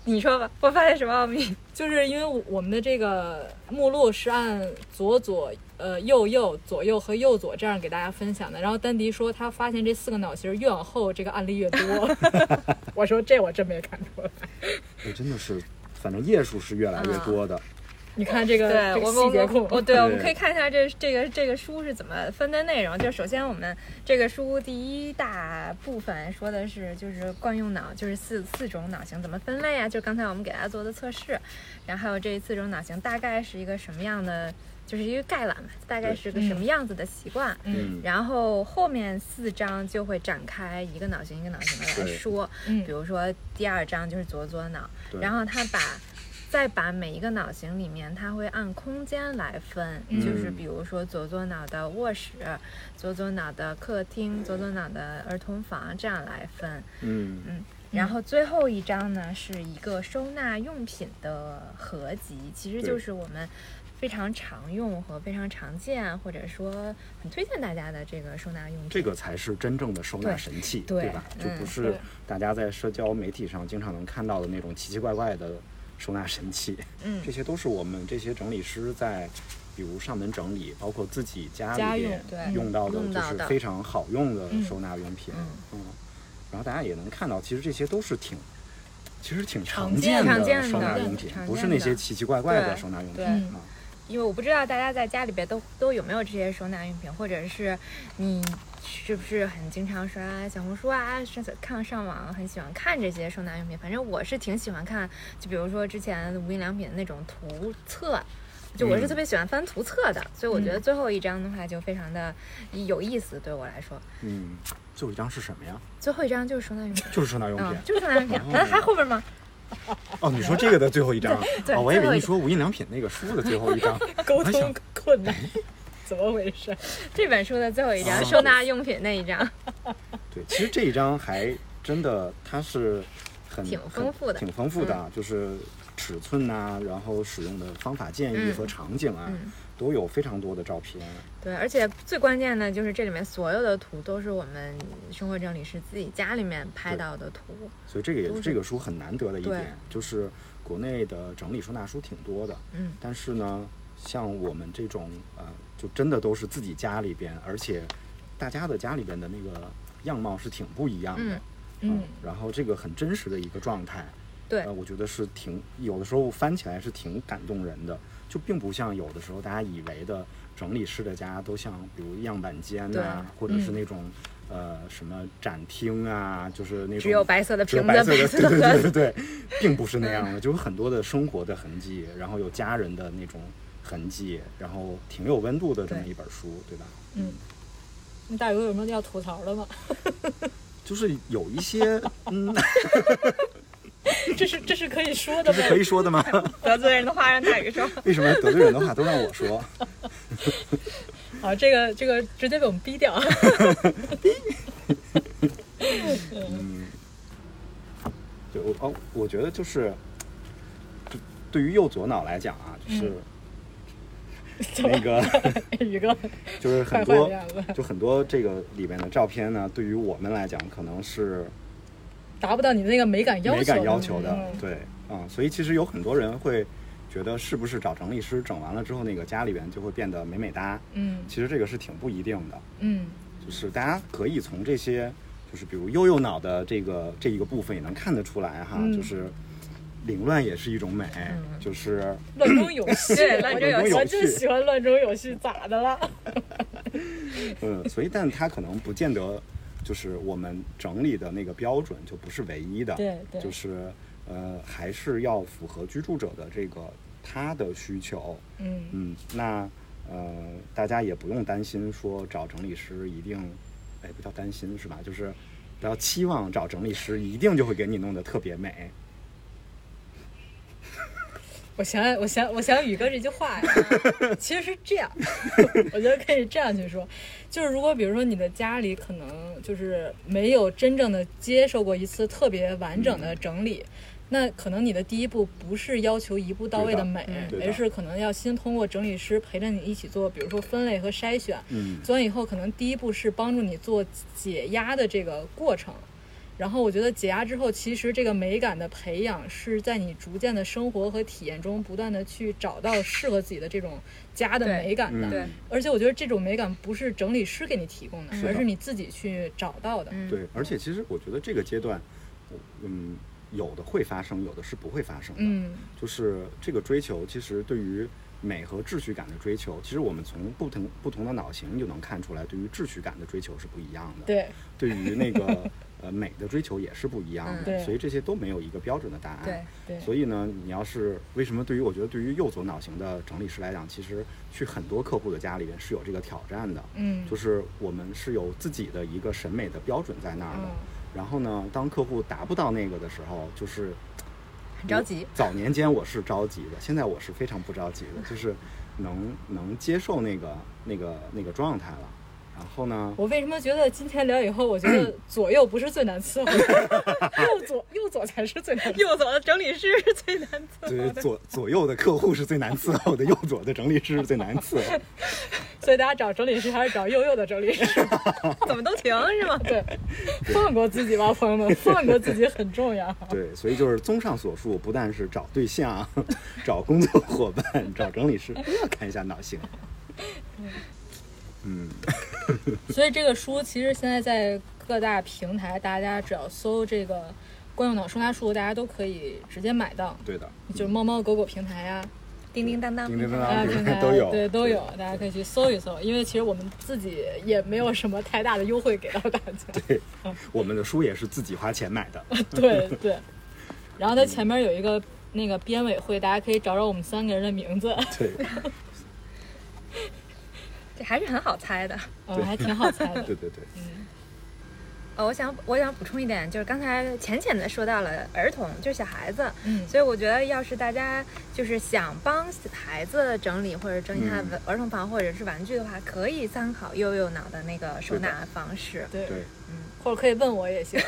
你说吧，我发现什么奥秘？
就是因为我我们的这个目录是按左左呃右右左右和右左这样给大家分享的。然后丹迪说他发现这四个脑型越往后这个案例越
[LAUGHS]
多， [LAUGHS] 我说这我真没看出来。
哎，真的是，反正页数是越来越多的。
你看这个
对
这个
我们
细节
我
控
们，我对，我们
对
可以看一下这这个这个书是怎么分的内容。就首先我们这个书第一大部分说的是就是惯用脑，就是四四种脑型怎么分类啊？就刚才我们给大家做的测试，然后还有这四种脑型大概是一个什么样的，就是一个概览嘛，大概
对
是个
嗯
什么样子的习惯。
嗯，
然后后面四章就会展开一个脑型一个脑型的来
对
说，
嗯
比如说第二章就是左左脑，
对
然后他把再把每一个脑型里面，他会按空间来分，
嗯
就是比如说左左脑的卧室、左左脑的客厅、左左脑的儿童房这样来分。
嗯，
然后最后一章呢是一个收纳用品的合集，其实
对
就是我们非常常用和非常常见，或者说很推荐大家的这个收纳用品。
这个才是真正的收纳神器，
对
吧？
对
就
嗯
不是
对
大家在社交媒体上经常能看到的那种奇奇怪怪的收纳神器。
嗯
[LAUGHS] 这些都是我们这些整理师在，比如上门整理，包括自己家
家
里
用
边
对
用到的，
用
就
到
是
的
非常好用的
嗯
收纳用品。
嗯
然后大家也能看到，其实这些都是挺，其实挺
常
常
见
的
常见的
收纳用品，
常
不是
见
那
的
些奇奇怪怪的
对
收纳用品
对
啊。
因为我不知道大家在家里边都都有没有这些收纳用品，或者是你是不是很经常刷小红书啊，上看上网很喜欢看这些收纳用品。反正我是挺喜欢看，就比如说之前无印良品的那种图册。就我是
嗯
特别喜欢翻图册的，所以我觉得最后一章的话就非常的有意思，对我来说，
嗯，最后一张是什么呀？
最后一章就是收纳用品，
就是收纳用品
嗯，。就是收纳用品
哦，
还还后边吗？
哦，你说这个的最后一张啊？
对
哦，我以
最后
为
一
你说无印良品那个书的最后一
[LAUGHS]
张。
沟
我想
通困难，怎么回事？
这本书的最后一章
哦
收纳用品那一章，
对，其实这一张还真的，它是很
挺
很
丰富的嗯
挺丰富的啊，就是尺寸呐，然后使用的方法建议
嗯
和场景啊
嗯，
都有非常多的照片。
对，而且最关键的就是这里面所有的图都是我们生活整理师自己家里面拍到的图。
所以这个也
都
是
是
这个书很难得的一
对
点，就是国内的整理收纳书挺多的，
嗯，
但是呢，像我们这种呃，就真的都是自己家里边，而且大家的家里边的那个样貌是挺不一样的，
嗯，
然后这个很真实的一个状态，
对
呃，我觉得是挺有的时候翻起来是挺感动人的，就并不像有的时候大家以为的整理师的家都像比如样板间呐、或
嗯
者是那种、呃什么展厅啊，就是那种
只有白色的
只有
瓶子，
白色的，对对
白色的盒
对
子。
对对，并不是那样的，就有很多的生活的痕迹，然后有家人的那种痕迹，然后挺有温度的这么
对
一本书，对吧？
那大鱼有什么要吐槽的吗？ [LAUGHS]
就是有一些，嗯，
这是这是可以说
这
的吗
是？可以说的吗？ [LAUGHS]
得罪人的话让大宇说。
为什么得罪人的话都让我说？
啊，这个这个直接被我们逼掉。 [LAUGHS]
对，我哦，我觉得就是，对对于右左脑来讲啊，就是
嗯
那个
宇哥，
就是很
坏坏
多
的样子
就很多这个里面的照片呢，对于我们来讲可能是
达不到你那个美感要求，
美感要求的，
嗯
对，嗯，所以其实有很多人会觉得是不是找整理师整完了之后，那个家里边就会变得美美哒，
嗯
其实这个是挺不一定的，
嗯
就是大家可以从这些，就是比如右右脑的这个这一个部分也能看得出来哈，
嗯
就是凌乱也是一种美，就是
乱中
[LAUGHS]
有序，
对乱中有
序
我就喜欢乱中有序，咋的了？ [LAUGHS]
嗯，所以但它可能不见得就是我们整理的那个标准就不是唯一的，
对对
就是呃还是要符合居住者的这个他的需求，
嗯，
嗯，那呃，大家也不用担心说找整理师一定，哎，不叫担心是吧？就是不要期望找整理师一定就会给你弄得特别美。
我想想，我想，我想宇哥这
[LAUGHS]
句话呀，其实是这样，我觉得可以这样去说，就是如果比如说你的家里可能就是没有真正的接受过一次特别完整
嗯
的整理，那可能你的第一步不是要求一步到位的美，
对的
而是可能要先通过整理师陪着你一起做，比如说分类和筛选，
嗯，
做完以后，可能第一步是帮助你做解压的这个过程。然后我觉得解压之后，其实这个美感的培养是在你逐渐的生活和体验中，不断的去找到适合自己的这种家的
对
美感的。
嗯
对
而且我觉得这种美感不是整理师给你提供的，
是的
而是你自己去找到的。
嗯，
对，而且其实我觉得这个阶段，我嗯，有的会发生，有的是不会发生的。
嗯，
就是这个追求，其实对于美和秩序感的追求，其实我们从不同不同的脑型就能看出来，对于秩序感的追求是不一样的。
对，
对，于那个 [LAUGHS] 呃美的追求也是不一样
嗯
的，
对
所以这些都没有一个标准的答案。
对，
对，
所以呢，你要是为什么对于我觉得对于右左脑型的整理师来讲，其实去很多客户的家里边是有这个挑战的，
嗯，
就是我们是有自己的一个审美的标准在那儿的。
嗯，
然后呢，当客户达不到那个的时候，就是
很着急
我。早年间我是着急的，现在我是非常不着急的，就是能能接受那个那个那个状态了。然后呢，
我为什么觉得今天聊以后，我觉得左右不是最难伺候的， [LAUGHS] 右左右左才是最难伺候的。
右左的整理师是最难做
对
的，
左左右的客户是最难伺候的，右左的整理师是最难伺候的。 [LAUGHS]
所以大家找整理师还是找悠悠的整理师，
[LAUGHS] 怎么都停是吗？
对，放过自己吧，朋友们，放过自己很重要。
对，所以就是综上所述，不但是找对象、 [LAUGHS] 找工作伙伴、找整理师，都要看一下脑型。嗯，
[LAUGHS] 所以这个书其实现在在各大平台，大家只要搜这个“惯用脑收纳术”，大家都可以直接买到，
对的，
就是猫猫狗狗平台呀、
叮叮当当，
叮叮当当
啊
啊
平台
[LAUGHS]
啊
都有
对都
对
有，大家可以去搜一搜。因为其实我们自己也没有什么太大的优惠给到大
[LAUGHS]
家，
我们的书也是自己花钱买的。
对对。然后它前面有一个那个编委会，大家可以找找我们三个人的名字。
对，
这还是很好猜的。
嗯，
对
还挺好猜的。
对对对，
呃，我想我想补充一点，就是刚才浅浅的说到了儿童，就是小孩子，
嗯，
所以我觉得要是大家就是想帮孩子整理或者整理他
嗯
的儿童房或者是玩具的话，可以参考悠悠脑的那个收纳方式。
[LAUGHS] 对，
对，
或者可以问我
[LAUGHS]
也行。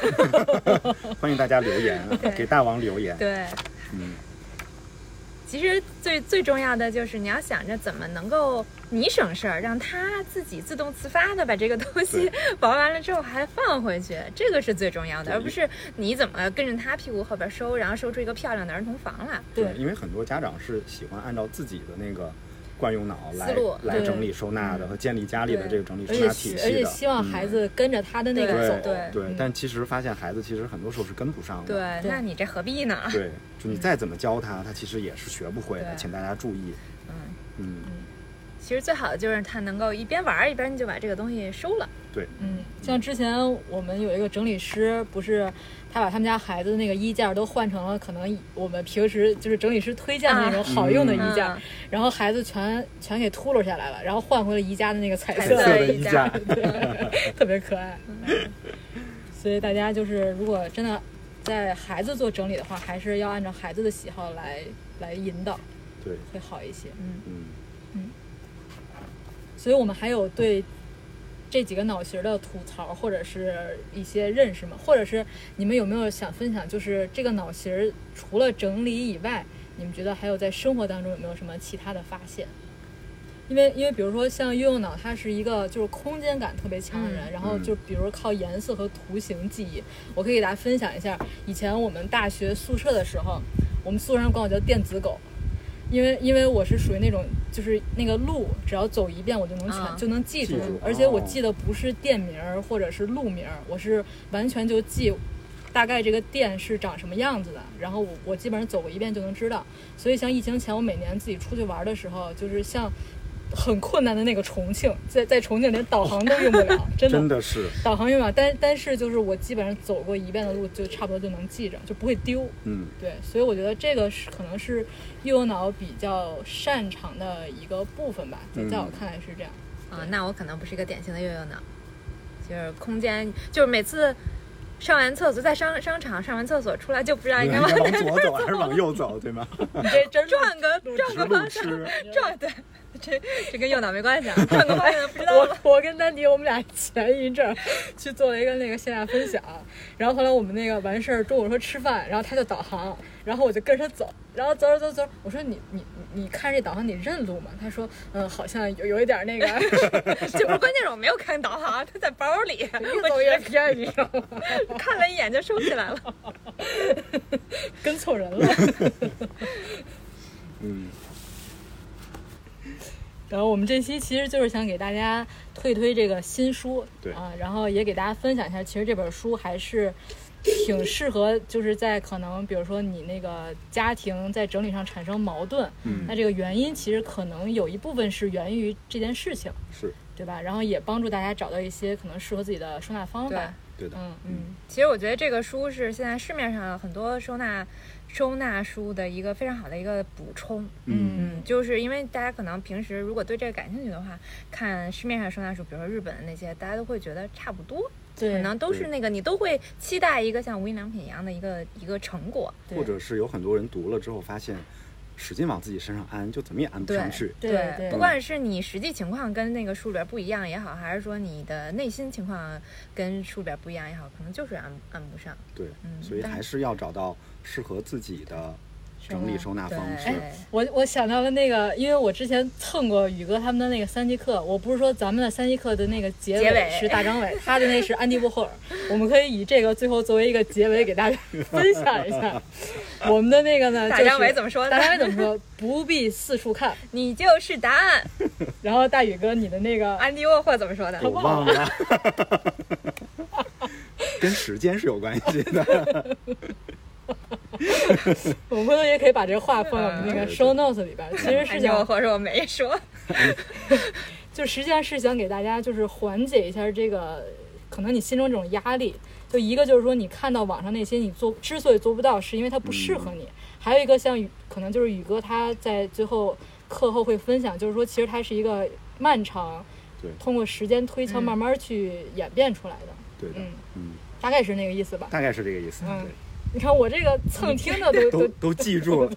欢迎大家留
[LAUGHS]
言啊，
对
给大王留言。
对，
嗯，
其实最最重要的就是你要想着怎么能够你省事儿，让他自己自动自发的把这个东西 [LAUGHS] 玩完了之后还放回去，这个是最重要的，
对
而不是你怎么跟着他屁股后边收，然后收出一个漂亮的儿童房来。
对
因为很多家长是喜欢按照自己的那个惯用脑来
思路
来
对嗯
整理收纳的和建立家里的
对
这个整理
而
收
且
纳体系
希
的，
而且希望
嗯
孩子跟着他的那个
对
走，
对
嗯
但其实发现孩子其实很多时候是跟不上的。
对，
对
那你这何必呢？ [LAUGHS]
对，就你再怎么教他，他其实也是学不会的，
对
请大家注意。
嗯，
嗯，
其实最好的就是他能够一边玩儿一边就把这个东西收了。
嗯，像之前我们有一个整理师，不是他把他们家孩子的那个衣架都换成了可能我们平时就是整理师推荐的
啊
那种好用的衣架，
嗯
然后孩子全全给秃噜下来了，然后换回了宜家的那个彩
彩
色
色的
色
的
衣
衣
架
架，
特别可
[LAUGHS]
爱。所以大家就是，如果真的在孩子做整理的话，还是要按照孩子的喜好来来引导，
对，
会好一些。
嗯，
所以我们还有对这几个脑型的吐槽或者是一些认识吗？或者是你们有没有想分享，就是这个脑型儿除了整理以外，你们觉得还有在生活当中有没有什么其他的发现？因为因为比如说像运用脑，它是一个就是空间感特别强的人，
嗯
然后就比如靠颜色和图形记忆，我可以给大家分享一下，以前我们大学宿舍的时候，我们宿舍人管我叫电子狗。因为因为我是属于那种，就是那个路，只要走一遍我就能全、
啊
就能记住，
记住
而且我
哦
记得不是店名儿或者是路名儿，我是完全就记大概这个店是长什么样子的，然后我我基本上走过一遍就能知道。所以像疫情前，我每年自己出去玩的时候，就是像很困难的那个重庆，在在重庆连导航都用不了，真的
真的是，
导航用不了。但但是就是我基本上走过一遍的路，就差不多就能记着，就不会丢。
嗯，
对，所以我觉得这个是可能是右脑比较擅长的一个部分吧，在
嗯
在我看来是这样。
啊、那我可能不是一个典型的悠悠脑，就是空间，就是每次上完厕所在商商场上完厕所出来就不知道应该往
往左走还是往右走，对吗？
你这真
转个转
直
个
路
方向
痴，
转对， [LAUGHS] 这这跟右脑没关系啊， [LAUGHS] 转个方向不知道了。
我我跟丹迪，我们俩前一阵儿去做了一个那个线下分享，然后后来我们那个完事儿，中午说吃饭，然后他就导航，然后我就跟着他走，然后走着走着走，我说你你你你看这导航你认路吗？他说嗯，好像有有一点那个， [LAUGHS]
这不是关键是我没有看导航，它在包里，
越走越偏，你知道吗？
我看了一眼就收起来了。
跟错人了。
[LAUGHS] 嗯，
然后我们这期其实就是想给大家推推这个新书，
对
啊，然后也给大家分享一下，其实这本书还是挺适合，就是在可能比如说你那个家庭在整理上产生矛盾，
嗯
那这个原因其实可能有一部分是源于这件事情，
是
对吧？然后也帮助大家找到一些可能适合自己的收纳方
对
法，
对的。
嗯，
嗯，其实我觉得这个书是现在市面上很多收纳收纳书的一个非常好的一个补充。
嗯
嗯，就是因为大家可能平时如果对这个感兴趣的话，看市面上收纳书，比如说日本的那些，大家都会觉得差不多，可
对，
能都
对
是那个你都会期待一个像无印良品一样的一个一个成果。
或者是有很多人读了之后发现，使劲往自己身上安，就怎么也安不上去。
对对
不管是你实际情况跟那个书里边不一样也好，还是说你的内心情况跟书里边不一样也好，可能就是按按不上。
对，
嗯
所以
但
还是要找到适合自己的整理收纳
对
方式。
我我想到了那个，因为我之前蹭过宇哥他们的那个三级课，我不是说咱们的三级课的那个结
结
尾
尾
是大张伟，他的那是安迪沃霍
[LAUGHS]
尔，我们可以以这个最后作为一个结尾给大家分享一下。我们的那个呢，
大张伟
就是
怎么说呢
大张伟怎么说？不必四处看。
你就是答案。
然后大宇哥，你的那个
安迪沃霍怎么说
[LAUGHS]
的？
我忘了， [LAUGHS] 跟时间是有关系的。
我们回头也可以把这话放到我们
嗯
那
呃
对
个
对
show notes 里边儿。其实
安
是
迪沃
想，
霍说我没说。
就实际上是想给大家就是缓解一下这个，可能你心中这种压力。就一个就是说，你看到网上那些你做之所以做不到，是因为它不适合你；还有一个像宇，可能就是宇哥他在最后课后会分享，就是说其实它是一个漫长，
对
通过时间推敲
嗯
慢慢去演变出来的，
对的
嗯，
嗯，
大概是那个意思吧。
大概是这个意思。
嗯你看我这个蹭听的
对，都
都都
都记住了，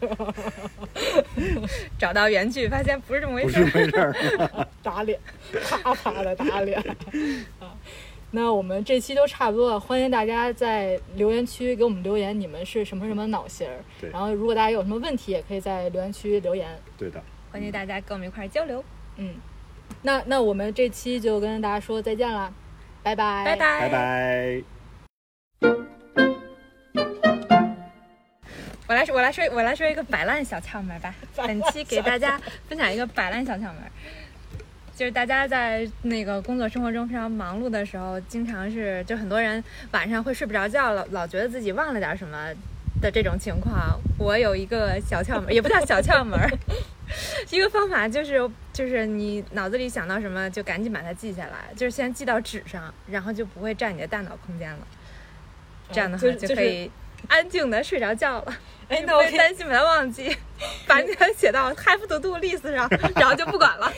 找到原句，发现不是这么回
不
事
是
儿。
没事儿。
打脸， [LAUGHS] 啪啪的打脸 [LAUGHS] 啊！那我们这期都差不多了，欢迎大家在留言区给我们留言，你们是什么什么脑型儿
对。
然后如果大家有什么问题，也可以在留言区留言。
对的，
欢迎大家跟我们一块儿交流，
嗯，那那我们这期就跟大家说再见啦，拜拜，
拜。
拜
拜
拜。
我来说，我来说，我来说一个摆烂小窍门吧。本期给大家分享一个摆烂小窍门，就是大家在那个工作生活中非常忙碌的时候，经常是就很多人晚上会睡不着觉，老老觉得自己忘了点什么的这种情况。我有一个小窍门，也不叫小窍门， [LAUGHS] 一个方法就是就是你脑子里想到什么就赶紧把它记下来，就是先记到纸上，然后就不会占你的大脑空间了。这样的
嗯
话
就
就
就
可
是
以安静的睡着觉了。
哎
就
那
不
我
会
可以
担心把它忘记，把你它写到 have to do list 上，然后就不管
[LAUGHS]
了。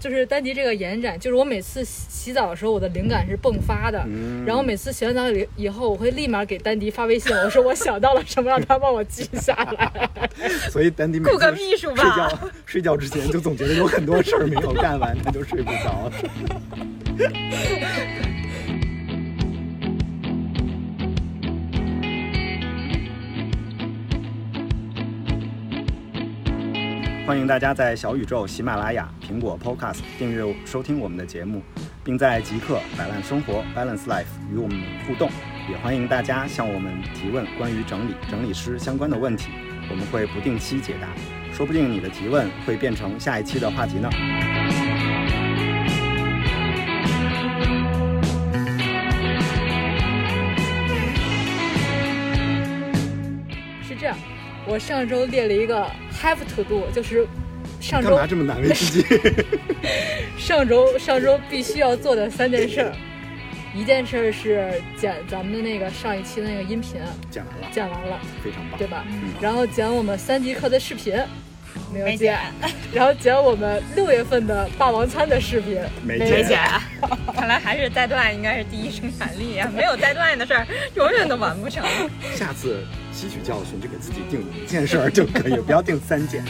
就是丹迪这个延展，就是我每次洗洗澡的时候，我的灵感是迸发的。
嗯
然后每次洗完澡以以后，我会立马给丹迪发微信，我说我想到了什么，让他帮我记下来。
所以丹迪每
雇个
次
秘书
睡
吧
觉睡觉之前就总觉得有很多事儿没有干完，他就睡不着。欢迎大家在小宇宙、喜马拉雅、苹果 Podcast 订阅收听我们的节目，并在极客摆烂生活 （Balance Life） 与我们互动。也欢迎大家向我们提问关于整理、整理师相关的问题，我们会不定期解答，说不定你的提问会变成下一期的话题呢。
是这样，我上周列了一个 have to do，就是上
干
周
嘛这么难为自己？
上周上周必须要做的三件事儿。一件事儿是剪咱们的那个上一期的那个音频，
讲完了，
剪完了，
非常棒
对。吧？
嗯
然后剪我们三级课的视频，没
没
有
剪
剪，然后剪我们六月份的霸王餐的视频。
没
没
剪
剪，看来还是带段应该是第一生产力啊，没有带段的事儿永远都完不成。
下次吸取教训，就给自己定五件事儿就可以，不要定三件。